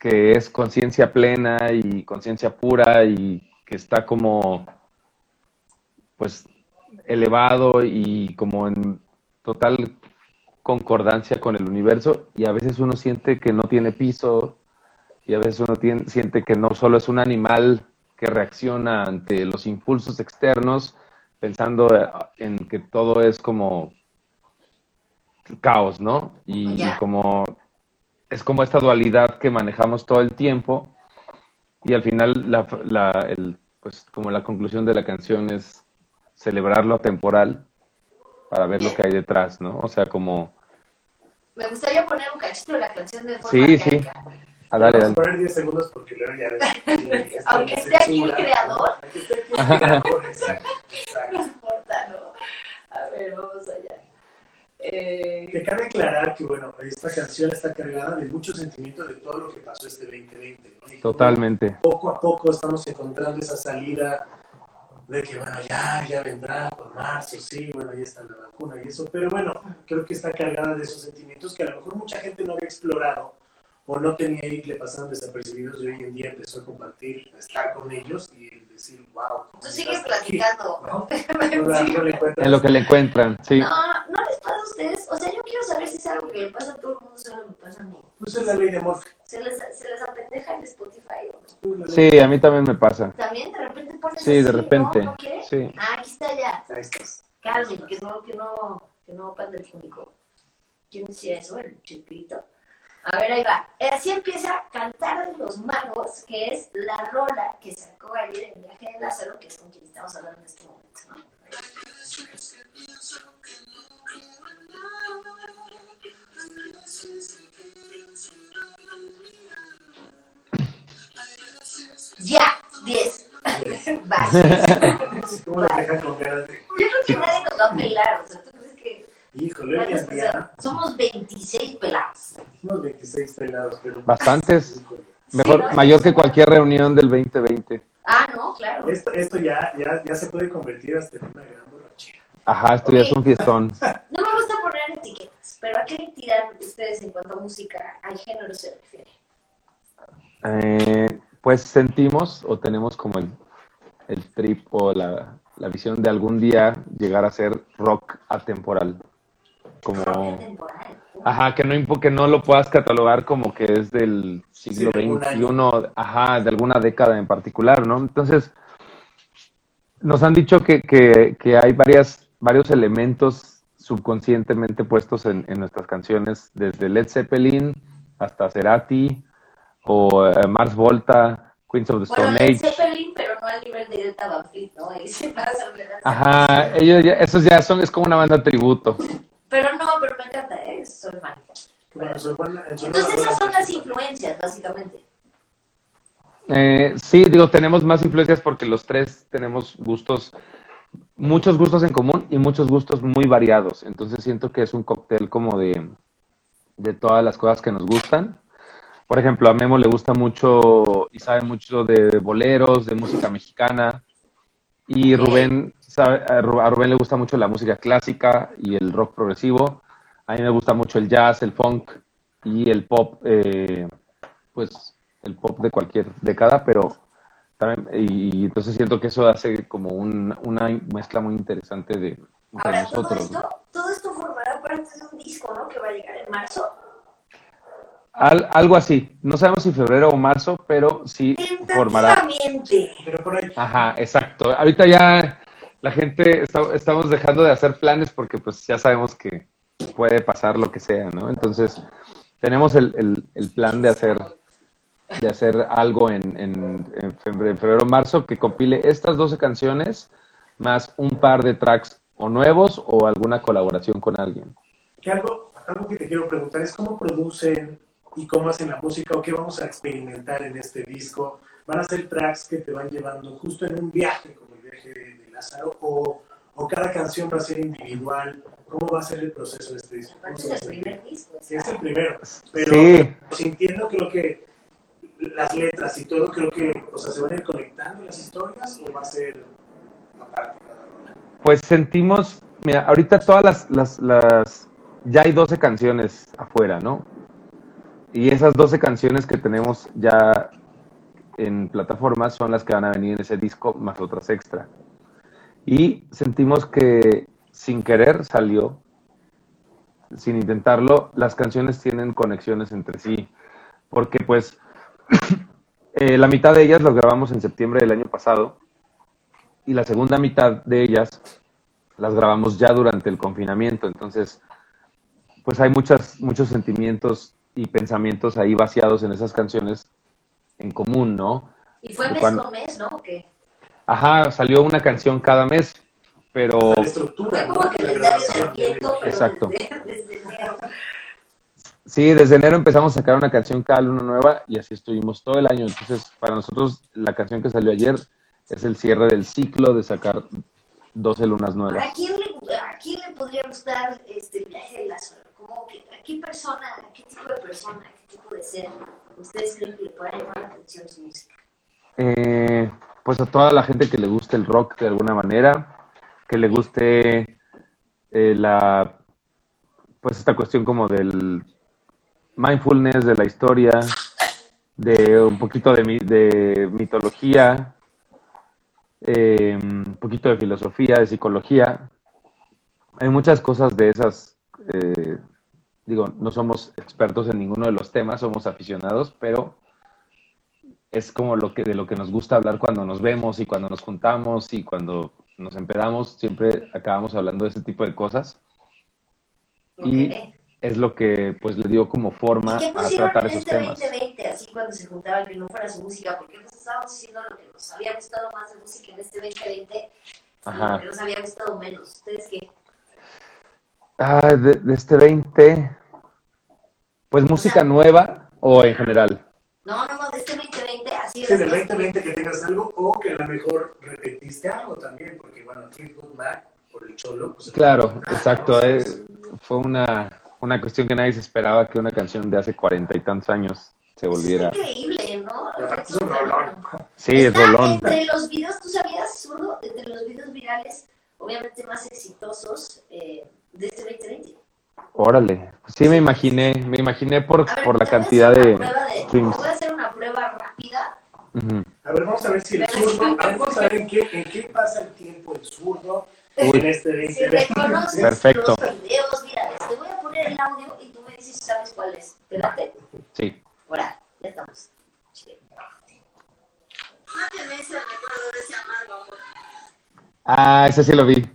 que es conciencia plena y conciencia pura y que está como, pues, elevado y como en total concordancia con el universo y a veces uno siente que no tiene piso y a veces uno tiene- siente que no solo es un animal que reacciona ante los impulsos externos pensando eh, en que todo es como caos, ¿no? Y, y Ya. como es como esta dualidad que manejamos todo el tiempo y al final la, la- el pues como la conclusión de la canción es celebrar lo temporal para ver lo que hay detrás, ¿no? O sea, como... Me gustaría poner un cachito de la canción de forma Sí, sí. arcaica. A Ah, Vamos dale, a dale. poner 10 segundos porque luego ya ves. este Aunque esté aquí el creador. Aunque esté aquí el creador, exacto, No exacto. importa, ¿no? A ver, vamos allá. Te Eh, cabe aclarar que, bueno, esta canción está cargada de mucho sentimiento de todo lo que pasó este 2020. ¿no? Y Totalmente. Poco a poco estamos encontrando esa salida de que, bueno, ya, ya vendrá por marzo, sí, bueno, ya está la vacuna y eso. Pero bueno, creo que está cargada de esos sentimientos que a lo mejor mucha gente no había explorado o no tenía y que le pasaban desapercibidos y hoy en día empezó a compartir, a estar con ellos y el decir, wow. tú sigues hasta aquí", platicando. ¿no? No Sí. dándole cuenta En lo que le encuentran, sí. No, no les pasa a ustedes. O sea, yo quiero saber si es algo que le pasa a todo el mundo, solo me pasa a mí. Pues es la ley de Murphy. Se les, se les apendeja el Spotify. ¿o no? la ley Sí, a mí también me pasa. También de repente pones. Sí, de así, ¿no? repente. ¿No quieres? Sí. Ah, aquí está ya. de- Ahí estás. Carmen, que no, que no, que no pan del público. ¿Quién decía eso? El chiquito. A ver, ahí va. Eh, Así empieza Cantar de los Magos, que es la rola que sacó ayer en Viaje de Lázaro, que es con quien estamos hablando en este momento, ¿no? Ya, 10. Vas. Sí, ¿Cómo la dejan con ganas de- Yo creo que nadie nos va a pelar, o sea, ¿tú crees que Híjole, nadie ya, nos ya. pela? pues, Somos 26 pelados. Unos 26 pelados, pero. Bastantes. Híjole. Mejor, Sí, ¿no? mayor que cualquier reunión del 2020. Ah, no, claro. Esto, esto ya, ya, ya se puede convertir hasta en una gran borrachera. Ajá, esto ya es un fiestón. No me gusta poner etiquetas, pero ¿a qué le tiran ustedes en cuanto a música, al género se refiere? Eh, pues sentimos o tenemos como el, el trip o la, la visión de algún día llegar a ser rock atemporal. Rock Como, atemporal. ajá, que no, impo- que no lo puedas catalogar como que es del siglo Sí, de algún XXI, ajá, de alguna década en particular, ¿no? Entonces, nos han dicho que, que- que hay varias, varios elementos subconscientemente puestos en, en nuestras canciones, desde Led Zeppelin hasta Cerati o eh, Mars Volta, Queens of the Bueno, Stone Led Age. Zeppelin, pero no al nivel de Delta Banfleet, ¿no? Ahí se pasa, ¿verdad? Ajá, ellos ya- esos ya son, es como una banda tributo. Pero no, pero me encanta, ¿eh? Soy fan. Bueno, su hermana- su hermana- Entonces esas son las influencias, básicamente. Eh, sí, digo, tenemos más influencias porque los tres tenemos gustos, muchos gustos en común y muchos gustos muy variados. Entonces siento que es un cóctel como de, de todas las cosas que nos gustan. Por ejemplo, a Memo le gusta mucho y sabe mucho de boleros, de música mexicana. Y Rubén, sabe- a Ru- a Rubén le gusta mucho la música clásica y el rock progresivo. A mí me gusta mucho el jazz, el funk y el pop. eh, pues el pop de cualquier década, pero también- y, y entonces siento que eso hace como un- una mezcla muy interesante de entre Ahora, todo nosotros. ¿no? esto, todo esto formará parte de un disco, ¿no? Que va a llegar en marzo. Al- algo así. No sabemos si febrero o marzo, pero sí formará. Tentativamente. Pero por ahí. Ajá, exacto. Ahorita ya la gente está- estamos dejando de hacer planes porque pues ya sabemos que puede pasar lo que sea, ¿no? Entonces tenemos el, el- el plan de hacer de hacer algo en, en- en febrero, en febrero, marzo que compile estas 12 canciones más un par de tracks o nuevos o alguna colaboración con alguien. Que algo, algo que te quiero preguntar es cómo producen y cómo hacen la música o qué vamos a experimentar en este disco. ¿Van a ser tracks que te van llevando justo en un viaje, como el viaje de, de Lázaro, o, o cada canción va a ser individual? ¿Cómo va a ser el proceso de este disco? ¿Cómo Aparte se va a es el sentir? primer disco. o sea, Es el primero, pero Sí, sintiendo creo que las letras y todo, creo que, o sea, ¿se van a ir conectando las historias o va a ser aparte? Pues sentimos, mira, ahorita todas las, las, las, ya hay 12 canciones afuera, ¿no? Y esas 12 canciones que tenemos ya en plataformas son las que van a venir en ese disco más otras extra. Y sentimos que sin querer salió, sin intentarlo, las canciones tienen conexiones entre sí, porque pues eh, la mitad de ellas lo grabamos en septiembre del año pasado y la segunda mitad de ellas las grabamos ya durante el confinamiento. Entonces, pues hay muchas, muchos sentimientos y pensamientos ahí vaciados en esas canciones en común, ¿no? Y fue mes Cuando- con mes, ¿no? ¿O qué? ajá, salió una canción cada mes, pero La estructura, ¿no? como que La les da el grabación. aliento, pero Exacto. desde- desde enero. sí, desde enero empezamos a sacar una canción cada luna nueva y así estuvimos todo el año. Entonces, para nosotros, la canción que salió ayer es el cierre del ciclo de sacar 12 lunas nuevas. ¿A quién le, a quién le podría gustar este el viaje de la suerte? ¿Cómo que, ¿A qué persona, a qué tipo de persona, a qué tipo de ser ustedes creen que le pueda llamar la atención su música? Eh, pues a toda la gente que le guste el rock de alguna manera, que le guste eh, la, pues esta cuestión como del mindfulness, de la historia, de un poquito de, mi- de mitología, eh, un poquito de filosofía, de psicología. Hay muchas cosas de esas. eh, digo, no somos expertos en ninguno de los temas, somos aficionados, pero es como lo que de lo que nos gusta hablar cuando nos vemos y cuando nos juntamos y cuando nos empedamos, siempre acabamos hablando de ese tipo de cosas y Ok. es lo que pues le dio como forma ¿Y qué a pusieron en tratar esos este temas. 2020, así cuando se juntaba que no fuera su música? Porque nos estábamos diciendo lo que nos había gustado más de música en este 2020 y Ajá. lo que nos había gustado menos. ¿Ustedes qué? Ah, de, de este 20 pues música nueva o en general. No, no, no, de este 2020, así este Sí, es. del 2020 que tengas algo o que a lo mejor repetiste algo también, porque bueno, Fleetwood Mac por el cholo. Pues, Claro, exacto. eh, Entonces, fue una, una cuestión que nadie se esperaba que una canción de hace cuarenta y tantos años se volviera. Es increíble, ¿no? Es un rolón. Sí, es Está rolón. Entre los videos, ¿tú sabías, Zurdo? Entre los videos virales, obviamente más exitosos eh, de este 2020. Órale. Sí, me imaginé, me imaginé por, A ver, por la te voy a cantidad hacer de una prueba de- streams. Voy a hacer una prueba rápida. Ujú. A ver, vamos a ver si el zurdo, a ver, vamos a ver en qué, en qué pasa el tiempo el zurdo en este Si 2020. reconoces Perfecto. los videos virales, te voy a poner el audio y tú me dices si sabes cuál es. ¿Te late? Sí. Ahora, ya estamos. Máteme ese recuerdo de ese amargo amor. Ah, ese sí lo vi.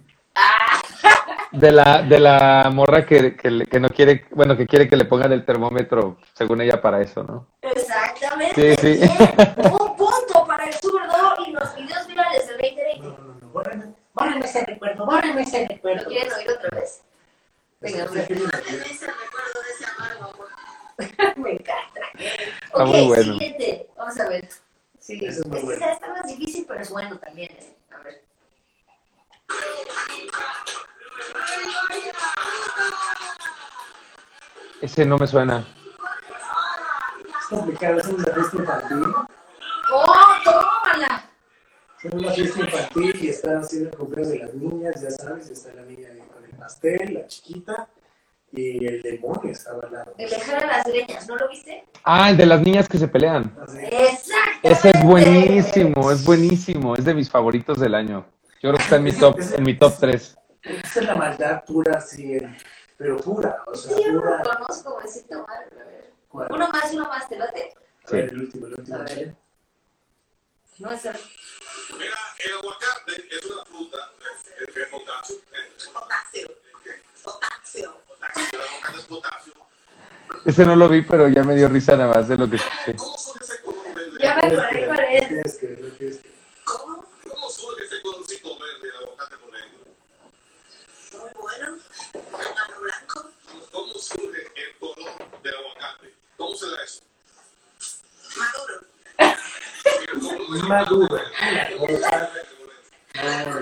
De la, de la morra que, que, le- que no quiere, bueno, que quiere que le pongan el termómetro, según ella, para eso, ¿no? Exactamente. Sí, sí. bien. Un punto para el zurdo y los videos virales del 2020. Bórrame ese recuerdo, bórrame ese ¿Lo recuerdo. quieren oír otra vez? Venga, hombre. Máteme ese recuerdo de ese amargo amor. Me encanta. Está ok, muy bueno. siguiente. Vamos a ver. Sí, Ese es muy este bueno. está más difícil, pero es bueno también. ¿eh? A ver. Ese no me suena. Es complicado, es una fiesta infantil. ¡Oh, tómala! Es una fiesta infantil y están haciendo el cumpleaños de las niñas, ya sabes, está la niña ahí con el pastel, la chiquita, y el demonio estaba al lado. El dejar a las leñas, ¿no lo viste? Ah, el de las niñas que se pelean. Así, Exacto. Ese es buenísimo, es buenísimo. Es de mis favoritos del año. Yo creo que está en mi top, en mi top 3. Esa es la maldad pura, así, eh, pero pura, o sea, Sí, yo no pura. lo conozco, ese tomar. A ver. ¿Cuál? Uno más, uno más, te late. A ver, el último, el último. A ver. No es el. Mira, el aguacate es una fruta eh, que es potasio. eh, Potasio. Potasio. El aguacate es potasio. Ese no lo vi, pero ya me dio risa nada más de lo que escuché. ¿Cómo surge ese color verde? Ya me Este, acordé cuál es. Tienes que verlo, tienes que verlo. ¿Cómo? ¿Cómo surge ese colorcito verde del aguacate por dentro? Muy bueno. Amargo blanco. ¿Cómo surge el color del aguacate? ¿Cómo se da eso? Maduro. El color del Maduro. aguacate por dentro.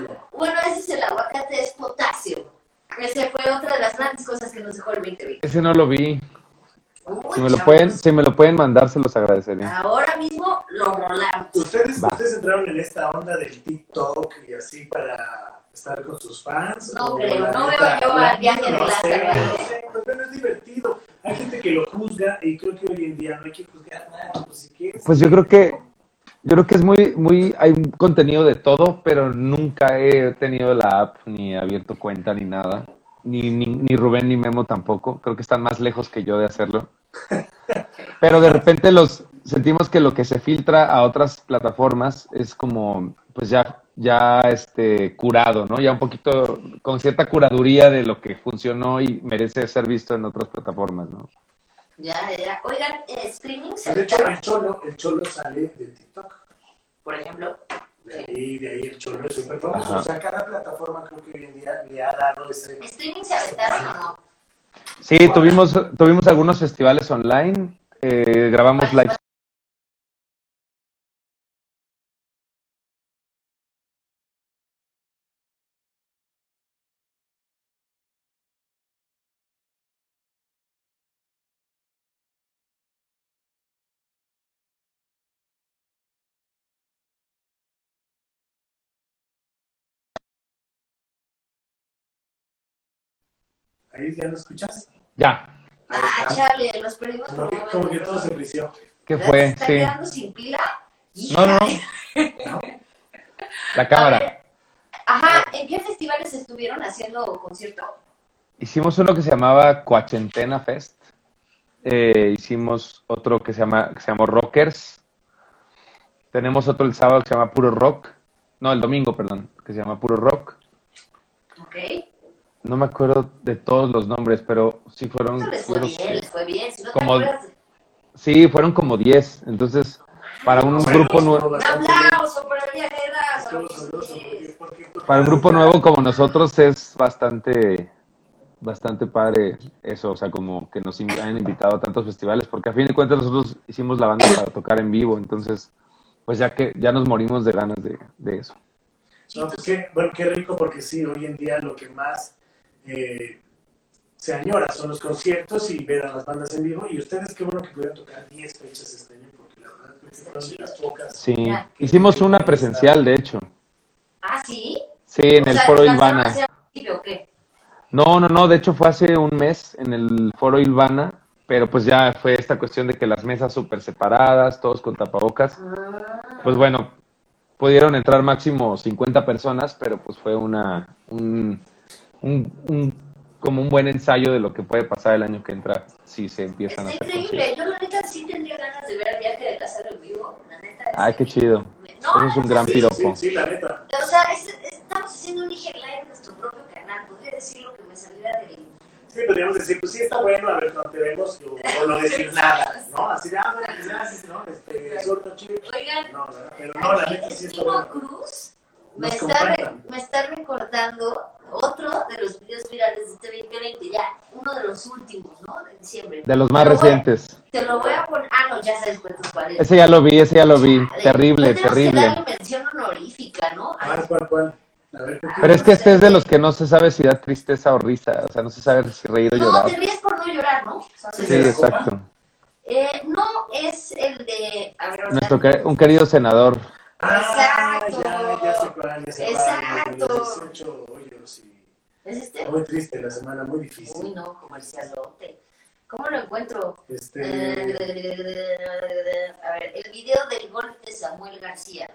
No, no. Bueno, ese es el aguacate, es potasio. Esa fue otra de las grandes cosas que nos dejó el 2020. Ese no lo vi. Uy, Si me lo chavos, pueden, si me lo pueden mandar, se los agradecería. Ahora mismo lo rolamos. ¿Ustedes, Va. ¿Ustedes entraron en esta onda del TikTok y así para estar con sus fans? No ¿O creo, la no neta, veo yo la al viaje neta de no la sé, cerveza. no sé, pues, bueno, es divertido. Hay gente que lo juzga y creo que hoy en día no hay que juzgar nada. Pues si quieres, Pues yo creo que yo creo que es muy muy hay un contenido de todo, pero nunca he tenido la app ni he abierto cuenta ni nada. Ni, ni, ni Rubén ni Memo tampoco, creo que están más lejos que yo de hacerlo. Pero de repente los sentimos que lo que se filtra a otras plataformas es como pues ya ya este curado, ¿no? Ya un poquito con cierta curaduría de lo que funcionó y merece ser visto en otras plataformas, ¿no? Ya, ya. Oigan, eh, streaming de hecho, cercano, el cholo, el cholo sale de TikTok. por ejemplo. De ahí, de ahí el chorro es súper famoso. O sea, cada plataforma creo que hoy en día le ha dado ese. ¿Streaming se aventaron o no? Sí, tuvimos, tuvimos algunos festivales online, eh, grabamos live. Ahí ya lo escuchas. Ya, Ah, chale, los perdimos Como por que, como que todo se frició. ¿qué fue? ¿Está Sí. quedando sin pila? No, no, no. La cámara. Ajá, ¿en qué festivales estuvieron haciendo concierto? Hicimos uno que se llamaba Coachentena Fest. Eh, hicimos otro que se, llama, que se llamó Rockers. Tenemos otro el sábado que se llama Puro Rock. No, el domingo, perdón, que se llama Puro Rock. ¿Ok? No me acuerdo de todos los nombres, pero sí fueron... Eso les fue creo que- bien, les fue bien. Si no Como- te acuerdas, Sí, fueron como 10. Entonces, para un grupo nuevo... un aplauso para viajeras. Para un grupo nuevo como nosotros es bastante, bastante padre eso, o sea, como que nos in- hayan invitado a tantos festivales, porque a fin de cuentas nosotros hicimos la banda para tocar en vivo, entonces, pues ya que ya nos morimos de ganas de, de eso. No, pues qué, bueno, qué rico porque sí, hoy en día lo que más eh, se añora son los conciertos y ver a las bandas en vivo. Y ustedes qué bueno que pudieron tocar 10 fechas este año porque la verdad es que fueron de las pocas. Sí, hicimos una presencial, de hecho. Ah, ¿sí? Sí, en el Foro Ilvana. ¿O qué? No, no, no, de hecho fue hace un mes en el Foro Ilvana, pero pues ya fue esta cuestión de que las mesas súper separadas, todos con tapabocas. Pues bueno, pudieron entrar máximo 50 personas, pero pues fue una un, un- un- como un buen ensayo de lo que puede pasar el año que entra si se empiezan a Está hacer increíble. conciertos. Yo, la neta, sí tendría ganas de ver el viaje de casa en vivo. La neta. Ay, sí. qué chido. No, Eso es un gran Sí, sí, piropo. sí, la neta. O sea, es- es- estamos haciendo un IG Live en nuestro propio canal. Podría decir lo que me saliera del. Sí, podríamos decir, pues sí, está bueno, a ver, no te vemos, o, o no decir nada, ¿no? Así de, ah, bueno, pues gracias, ¿no? Este, suelta chido. Oigan, No, la verdad, pero no, la neta sí está Estimo bueno. Cruz me Nos está, re- compartan. me está recordando otro de los videos virales de este 2020, ya uno de los últimos, ¿no? De diciembre. De los más Te lo voy- recientes. Te lo voy a poner. Ah, no, ya sabes cuántos cuáles. Ese ya lo vi, ese ya lo vi. Chale, Terrible, no tenemos Que terrible. darle mención honorífica, ¿no? A ¿Cuál, cuál, cuál? A ver, ¿qué Pero es que este es de los que no se sabe si da tristeza o risa, o sea, no se sabe si reír o no, te llorar. ríes por no llorar, ¿no? Sí, exacto. Eh, no es el de. A ver, ahorita- Nuestro que- un querido senador. Ah, Exacto. ya, ya sé cuál, ya sé cuál. Exacto. Los 18 hoyos y... ¿Es este? Muy triste la semana, muy Uy, difícil. no, comercialote. ¿Cómo lo encuentro? Este, Eh, A ver, el video del golf de Samuel García.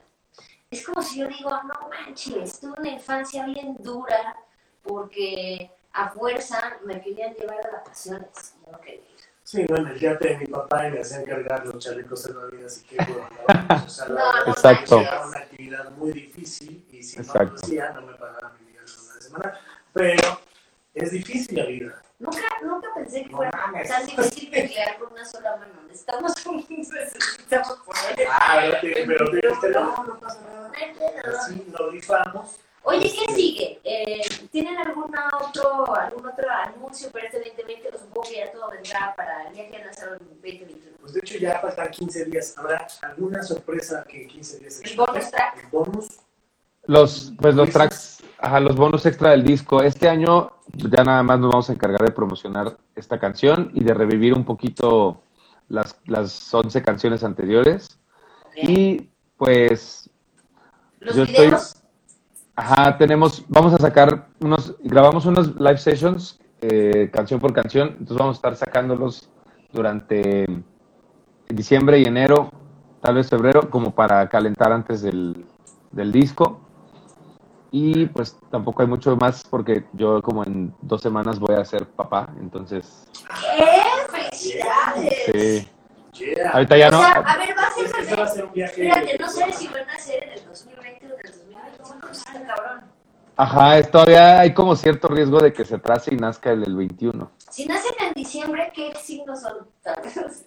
Es como si yo digo, no manches, tuve una infancia bien dura porque a fuerza me querían llevar a vacaciones. y No quería ir. sí, no, en el yate de mi papá y me hacían cargar los chalecos salvavidas y qué bueno. O sea, la No, verdad, no Exacto. manches. Era una actividad muy difícil y si no Exacto. lo hacía, no me pagaban mi vida en una semana. Pero es difícil la vida. Nunca, nunca pensé que No fuera mames. tan difícil pelear con una sola mano. Necesitamos un necesitamos poner. Ah, no te- pero te dijiste, no, no pasa nada. Así nos rifamos. Oye, ¿qué sigue? Eh, ¿Tienen alguna otro, algún otro anuncio para este 2020? O Supongo que ya todo vendrá para el día que nace el 2021. Pues de hecho ya faltan 15 días. ¿Habrá alguna sorpresa que en 15 días? El bonus track. El bonus. Los, pues los Esos. tracks, ajá, los bonus extra del disco. Este año ya nada más nos vamos a encargar de promocionar esta canción y de revivir un poquito las, las 11 canciones anteriores. Y pues, Los Yo estoy- videos. ajá, tenemos, vamos a sacar unos, grabamos unos live sessions, eh, canción por canción, entonces vamos a estar sacándolos durante diciembre y enero, tal vez febrero, como para calentar antes del, del disco. Y pues tampoco hay mucho más porque yo como en dos semanas voy a ser papá, entonces ¡Eh! ¡Felicidades! sí. Yeah. ahorita ya O no. sea, a ver, va a ser Pues ese va a perfecto. ser un viaje. Fíjate, no sabes si van a ser en el 2020 o en el 2021. Está cabrón. Ajá, es- todavía hay como cierto riesgo de que se atrase y nazca el, el 21. Si nacen en diciembre, ¿qué signos son?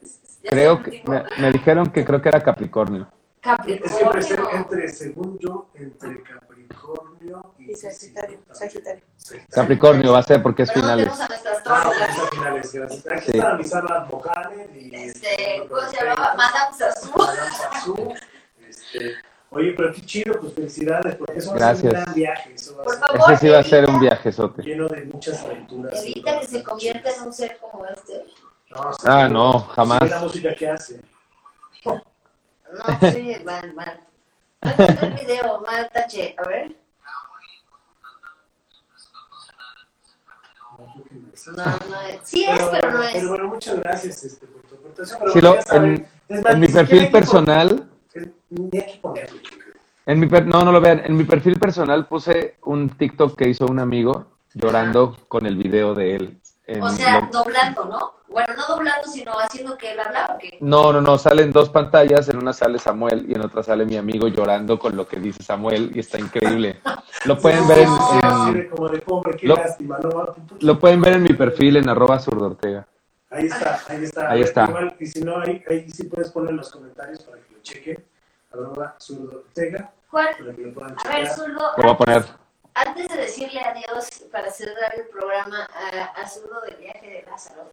Ya Creo sé, que tipo, me, me dijeron que creo que era Capricornio. Es que puede ser Capricornio. entre, según yo, entre Capricornio y, Y Sagitario, Sagitario. Sí. Capricornio va a ser porque es Pero no finales. tenemos a nuestra Ah, astróloga. pues, a finales, gracias. Aquí Sí. están mis armas vocales y. Este, ¿cómo se llamaba? Madame Sassou. Madame Sassou, este, Oye, pero qué chido, pues felicidades, porque eso Gracias. va a ser un gran viaje, eso va Por a favor, Ese sí va a ser evita- un viajezote. ser lleno de muchas aventuras. Evita que se convierta en un ser como este. No, sí, Ah, no, jamás. sí, la música que hace. No, sí, mal, mal. Ahí está el video, mal tache. A ver. No, no es. Sí es, pero no es. Pero bueno, muchas gracias este, por tu aportación. Pero Sí, bueno, lo- ya saben, en- es más, En ni mi siquiera hay perfil que personal, poner- Ni hay que ponerle. en mi per- no, no lo vean. En mi perfil personal puse un TikTok que hizo un amigo llorando con el video de él. En O sea, lo- doblando, ¿no? Bueno, no doblando, sino haciendo que él hablaba, ¿o qué? No, no, no, salen dos pantallas, en una sale Samuel y en otra sale mi amigo llorando con lo que dice Samuel y está increíble. Lo pueden ver en, Así en- de como de pobre, qué Lo- lástima. ¿no? lo pueden ver en mi perfil en arroba surdortega. Ahí está, ahí está. Ahí A ver, está. Igual, y si no, ahí, ahí sí puedes poner en los comentarios para que lo chequen. Arroba Zurdo Ortega, ¿Cuál? para que lo puedan A ver, checar. Zurdo, Lo voy a poner. antes de decirle adiós para cerrar el programa a, a Zurdo del viaje de Lázaro,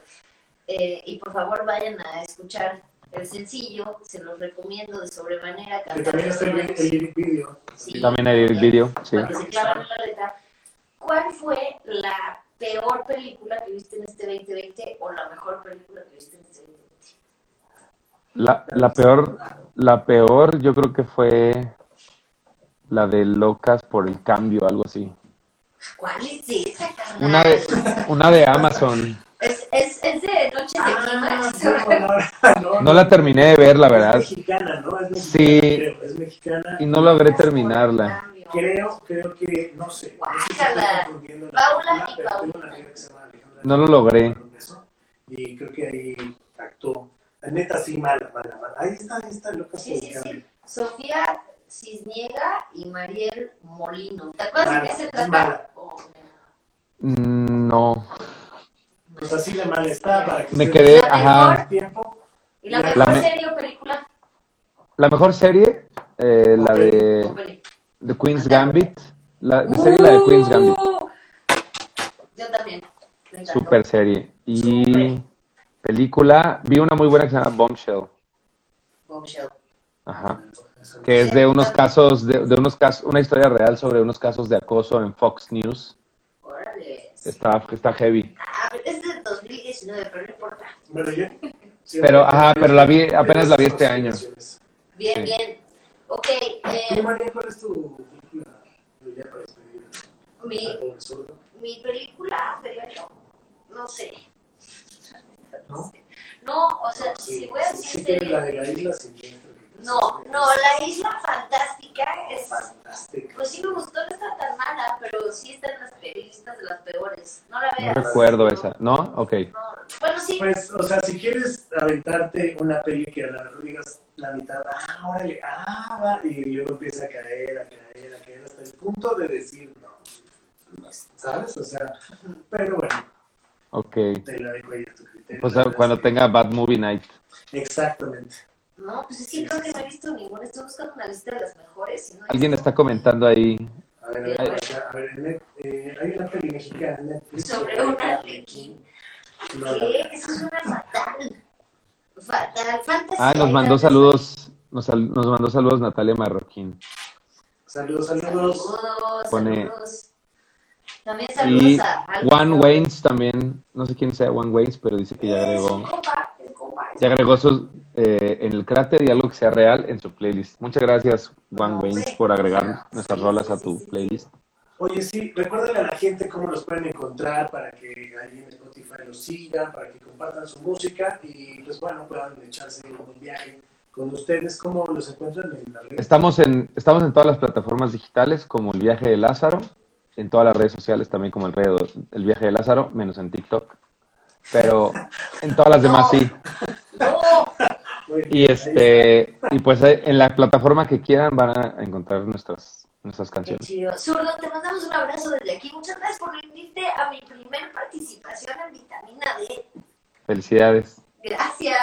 eh, y por favor vayan a escuchar el sencillo, se los recomiendo de sobremanera. Que también está el, el lyric video. Sí. También hay el video, sí. Para que se clavan en la letra. ¿Cuál fue la peor película que viste en este 2020 o la mejor película que viste en este 2020? La, la peor, la peor yo creo que fue la de locas por el cambio, algo así. ¿Cuál es esa, carnal? Una de, una de Amazon. Es, es, es de Noches de Ah, Clímax. sí, no, no, No la terminé de ver, la verdad. Es mexicana, ¿no? Es mexicana, Sí. creo, es mexicana. Y no logré terminarla. Creo, creo que, no sé. no sé si estoy Guácala. confundiendo la película, Paula y pero tengo Paula. una amiga que se llama Alejandra No lo logré. Y creo que ahí actuó. La neta, sí, mala, mala, mala. Ahí está, ahí está, loca. Sí, por sí, el cambio. sí. Sofía Cisniega y Mariel Molino. ¿Te acuerdas de Mala, qué se es trata? mala. Oh, Mm, No. Pues así de mal está para que Me se- quedé, se- ajá. tiempo. ¿Y la La- mejor me- serie o película? La mejor serie, eh, la ¿O de peli? ¡Uh! The Queen's Gambit. La serie la de Queen's Gambit. Yo también. Me encantó. Super serie. Y Súper. película, vi una muy buena que se llama Bombshell. Bombshell. Ajá. Que es de unos casos, de, de unos casos, una historia real sobre unos casos de acoso en Fox News. Órale. Está, está heavy. Ah, pero es de 2019, pero no importa. Bueno, yo- sí, bueno, Pero, ajá, yo- pero la vi- apenas la vi este esas año. situaciones. Bien, Sí. bien. Ok, ¿Tú, eh, María, cuál es tu película? Ya para despedir al mi, pobre sordo. mi película, pero yo no sé. No, o sea, si voy a sí, decir sí, tienes la de serie- la isla siniestra. No, no, La Isla Fantástica es... Fantástica. Pues sí me gustó, no está tan mala, pero sí está en las periodistas de las peores. No la No veas. recuerdo esa. ¿No? Ok. No, Bueno, sí, Pues, o sea, si quieres aventarte una peli que a la mejor digas la mitad, ah, órale, ah, va, y luego empieza a caer, a caer, a caer, hasta el punto de decir no. no, ¿Sabes? O sea, pero bueno, Ok. te la dejo ahí a tu criterio. Pues La ah, verdad cuando es que- tenga Bad Movie Night. Exactamente. no, pues es que creo que no he visto ninguna. Estoy buscando una lista de las mejores. y no he Alguien visto. está comentando ahí. A ver, a ver, Ay. o sea, a ver, en net- eh, hay una peli mexicana. en Netflix. Sobre un arlequín. No, no. ¿Qué? Eso es una fatal. Fatal, fantasía. Ah, nos mandó Era- saludos. Nos, sal- nos mandó saludos Natalia Marroquín. Saludos, Saludos, saludos. Pone- saludos. También saludos Y a. al- Juan Waynes también. No sé quién sea Juan Waynes, pero dice que ya Es un agregó. compa, es un compa. Ya agregó sus, eh, en el cráter y algo que sea real en su playlist. Muchas gracias, Juan No, Waynes, sí. por agregar nuestras Sí, rolas sí, a sí, tu sí. playlist. Oye, sí, recuérdale a la gente cómo los pueden encontrar para que ahí en Spotify los sigan, para que compartan su música y pues bueno, puedan echarse un viaje con ustedes. ¿Cómo los encuentran en la red? Estamos en, estamos en todas las plataformas digitales, como El Viaje de Lázaro, en todas las redes sociales también como El, Redo- el Viaje de Lázaro, menos en TikTok. Pero en todas las demás sí. No, Muy bien, Y ahí este y pues eh, en la plataforma que quieran van a encontrar nuestras nuestras qué canciones. chido. Zurdo, te mandamos un abrazo desde aquí. Muchas gracias por venirte a mi primer participación en Vitamina D. Felicidades. está. Gracias.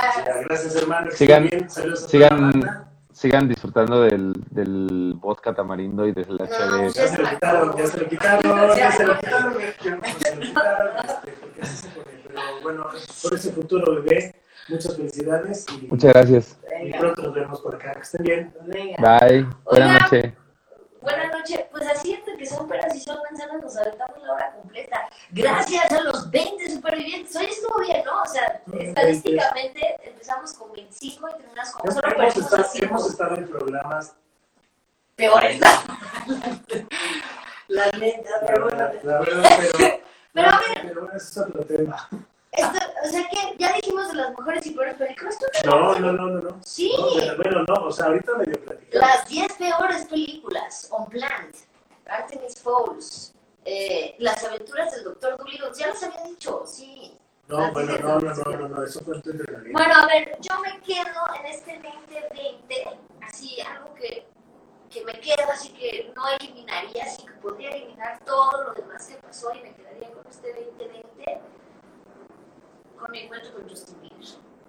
Gracias, hermano. que Sigan- estén bien. Saludos a toda la Sigan banda. sigan disfrutando del, del vodka tamarindo y del no, HB. ustedes- se lo quitaron, ya se lo quitaron, ya se lo quitaron, ya se lo quitaron, este, porque así se pone. Pero bueno, por ese futuro bebé, muchas felicidades y, Muchas gracias. y Venga, pronto nos vemos por acá. Que estén bien. venga. Bye. Hola. Buenas noches. Buenas noches. Pues así es que son peras y son manzanas, nos aventamos la hora completa. Gracias a los 20 supervivientes. Hoy estuvo bien, ¿no? O sea, estadísticamente empezamos con 25 y terminamos con solo Hemos perdimos estado, a cinco. hemos estado en programas, peores. la neta, la pero bueno. verdad, la verdad, pero, Pero a ver, pero bueno, ese es otro tema. esto- o sea que ya dijimos de las mejores y peores películas. ¿tú qué No, crees? no, no, no, no. Sí, No, pero bueno, no, o sea, ahorita medio platicamos. las 10 peores películas. On Plant, Artemis Falls, eh, Las aventuras del Doctor Dolittle. Ya los había dicho, sí. No, bueno, no, no, no, no, no, eso fue antes de la vida. Bueno, a ver, yo me quedo en este 2020, así, algo que, que me queda, así que no eliminaría, así que podría eliminar todo lo demás que pasó y me quedaría con este 2020, con mi encuentro con Justin Bieber,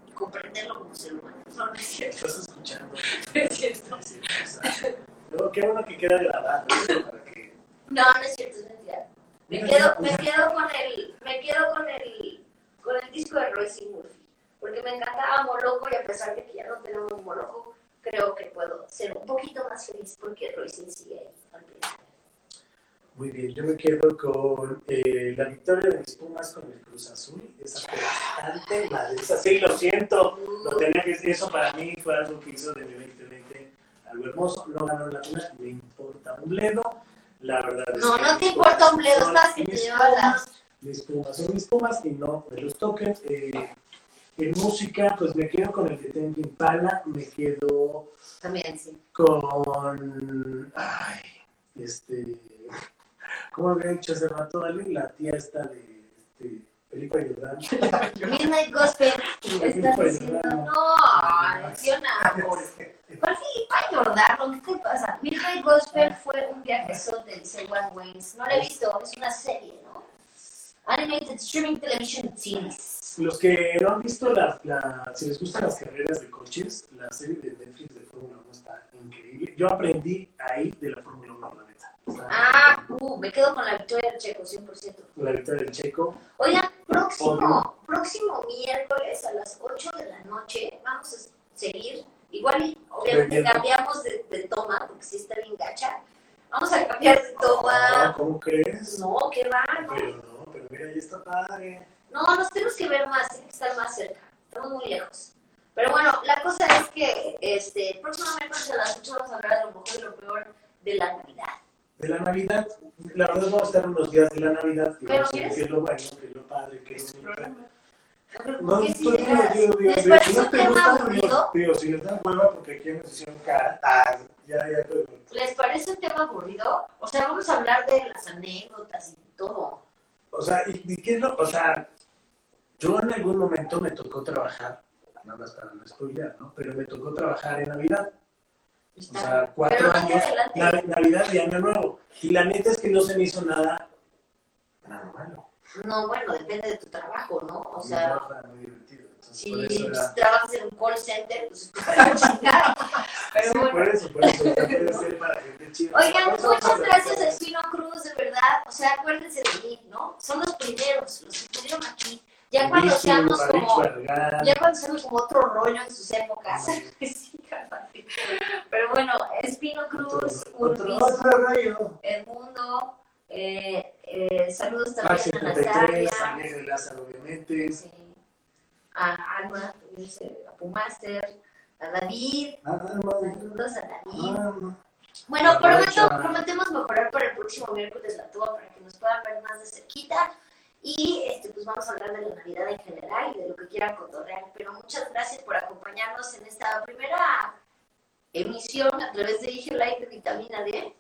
y comprenderlo como ser humano. No, no es cierto, Estás escuchando. no es cierto. Luego, qué bueno que queda grabado. ¿no? Para que- No, no es cierto, es mentira. Me quedo, me quedo con el, me quedo con el, con el disco de Royce y Murphy, porque me encantaba Moloco y a pesar de que ya no tenemos Moloco, creo que puedo ser un poquito más feliz porque Royce sigue ahí. al principio. Muy bien, yo me quedo con eh, la victoria de mis Pumas con el Cruz Azul. Esa fue bastante mal. Esa sí, lo siento. Lo tenía que decir. Eso para mí fue algo que hizo de mi 2020 algo hermoso. No ganó la Puma, me importa un bledo. La verdad es No, que no te mis importa un Pumas bledo, son estás que te mis llevas la- Pumas, Mis Pumas son mis Pumas y no me los toquen. Eh, en música, pues me quedo con el de Tengo Impala. Me quedo También sí. con. Ay, este. ¿Cómo había dicho hace rato, Ale? La tía esta de este, Felipe Ayudán. Midnight Gospel, estás Pues, diciendo, no. no, mencionamos. ¿Cuál Filipa Jordano? ¿Qué te pasa? Midnight Gospel fue un viajezote, dice One Wings. No lo he visto, es una serie, ¿no? Animated Streaming Television Teens. Los que no han visto, la, la- si les gustan las carreras de coches, la serie de Netflix de Fórmula 1 está increíble. Yo aprendí ahí de la Fórmula 1, la neta. Está- Ah, uh, me quedo con la victoria del Checo, 100%. La victoria del Checo. Oigan, próximo, Ojo. próximo miércoles a las 8 de la noche vamos a seguir. Igual, y obviamente Dependiendo. cambiamos de, de toma, porque si está bien gacha. Vamos a cambiar de toma. Ah, ¿Cómo crees? No, qué va, no. Pero no, pero mira, ahí está padre. No, nos tenemos que ver más, tiene que estar más cerca. Estamos muy lejos. Pero bueno, la cosa es que este, el próximo miércoles a las 8 vamos a hablar de lo mejor y lo peor de la Navidad. De la Navidad, la verdad vamos a estar unos días de la Navidad. que Pero vamos a ver ¿quieres? qué es lo bueno, qué es lo padre, qué es lo No, No, creo que sí, estoy de veras. divertido, digo, ¿Les digo, parece si no un te tema gusta, aburrido? digo, digo, si les da hueva porque aquí nos hicieron cara, ah, ya, ya, pero- ¿Les parece un tema aburrido? O sea, vamos a hablar de las anécdotas y todo. o sea, y, y qué es lo- o sea, yo en algún momento me tocó trabajar, nada más para no spoilear, ¿no? Pero me tocó trabajar en Navidad, o sea, cuatro Pero más años, adelante. Nav- Navidad y Año Nuevo, y la neta es que no se me hizo nada, nada malo, No, bueno, depende de tu trabajo, ¿no? O mi sea, trabajo era muy divertido, entonces si por eso era... trabajas en un call center, pues para chingar. Pero Sí, bueno. por eso, por eso, ya puede ser para gente chida. Oigan, Por eso muchas vamos a- gracias a Espino Cruz, de verdad. O sea, acuérdense de mí, ¿no? Son los primeros, los que estuvieron aquí. Ya cuando Mauricio, seamos Mauricio como, Vergara, ya cuando seamos como otro rollo en sus épocas. Sí, cálmate. Pero bueno, Espino Cruz, Otro- Urbis, otro rayo. Edmundo, eh, eh, saludos Max también a 73, Nazaria, Agnés de Lázaro, obviamente. sí, a Alma, dice, a Pumaster, a David, Nada más, saludos a David. nada más. Bueno, La prometo, brocha. prometemos mejorar para el próximo miércoles la tuba para que nos puedan ver más de cerquita. Y este, pues vamos a hablar de la Navidad en general y de lo que quieran cotorrear. Pero muchas gracias por acompañarnos en esta primera emisión a través de IG Light de vitamina D.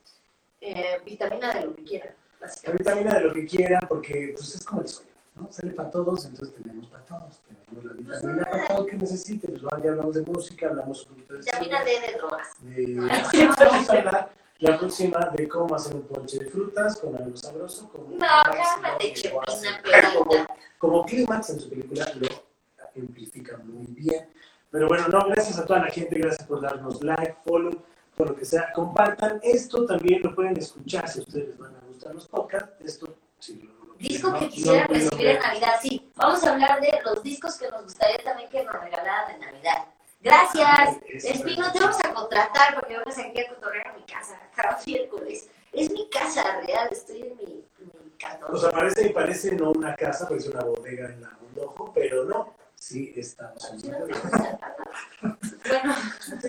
eh, vitamina de lo que quieran. La básicamente. vitamina de lo que quieran, porque pues, es como el sueño, ¿no? Sale para todos, entonces tenemos para todos. Tenemos la vitamina para todo lo que necesiten. Pues, bueno, ya hablamos de música, hablamos un poquito de Vitamina D de drogas. Eh, vamos a hablar la próxima de cómo hacer un ponche de frutas con algo sabroso. Como No, clímax, cálmate, ¿no? Que lo chepina, hace- pegadita. Como, como clímax en su película lo amplifica muy bien. Pero bueno, no, gracias a toda la gente, gracias por darnos like, follow, por lo que sea. Compartan esto también, lo pueden escuchar si a ustedes les van a gustar los podcasts. Esto sí lo Disco no, que no quisieran puedo recibir ver. en Navidad, sí. Vamos a hablar de los discos que nos gustaría también que nos regalaran en Navidad. Gracias. Ah, Eso, Espino, te vamos a contratar porque vamos aquí a cotorrear en mi casa cada miércoles. Es mi casa real, estoy en mi, mi casa. O sea, parece, parece no una casa, parece una bodega en la Mundojo, pero no, sí estamos en una bodega. bueno,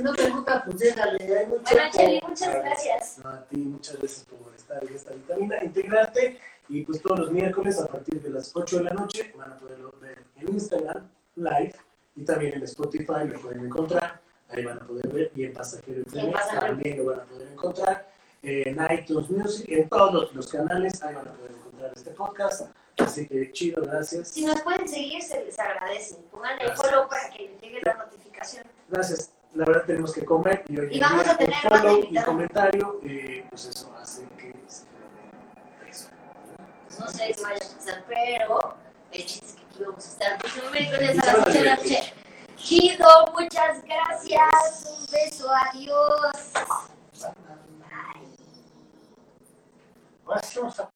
No te gusta, pues déjale, hay mucho bueno, Cheli, por- muchas gracias. No, a ti, muchas gracias por estar en esta vitamina, integrarte y pues todos los miércoles a partir de las 8 de la noche van a poderlo ver en Instagram, live y también en Spotify lo pueden encontrar, ahí van a poder ver y en Pasajero FM Pasajero. también lo van a poder encontrar, eh, en iTunes Music, en todos los canales, ahí van a poder encontrar este podcast, así que chido, gracias. Si nos pueden seguir, se les agradece. Pongan el Gracias. follow para que les llegue la notificación. Gracias. La verdad tenemos que comer y hoy Y vamos día a tener un follow más y invitados. comentario, eh, pues eso hace que se genere eso. No sé qué vaya a pasar, pero el chiste es que aquí vamos a estar Pues, los miércoles a Quizá las nos 8 de la divertimos. noche. Chido, muchas gracias. Un beso, adiós. Bye.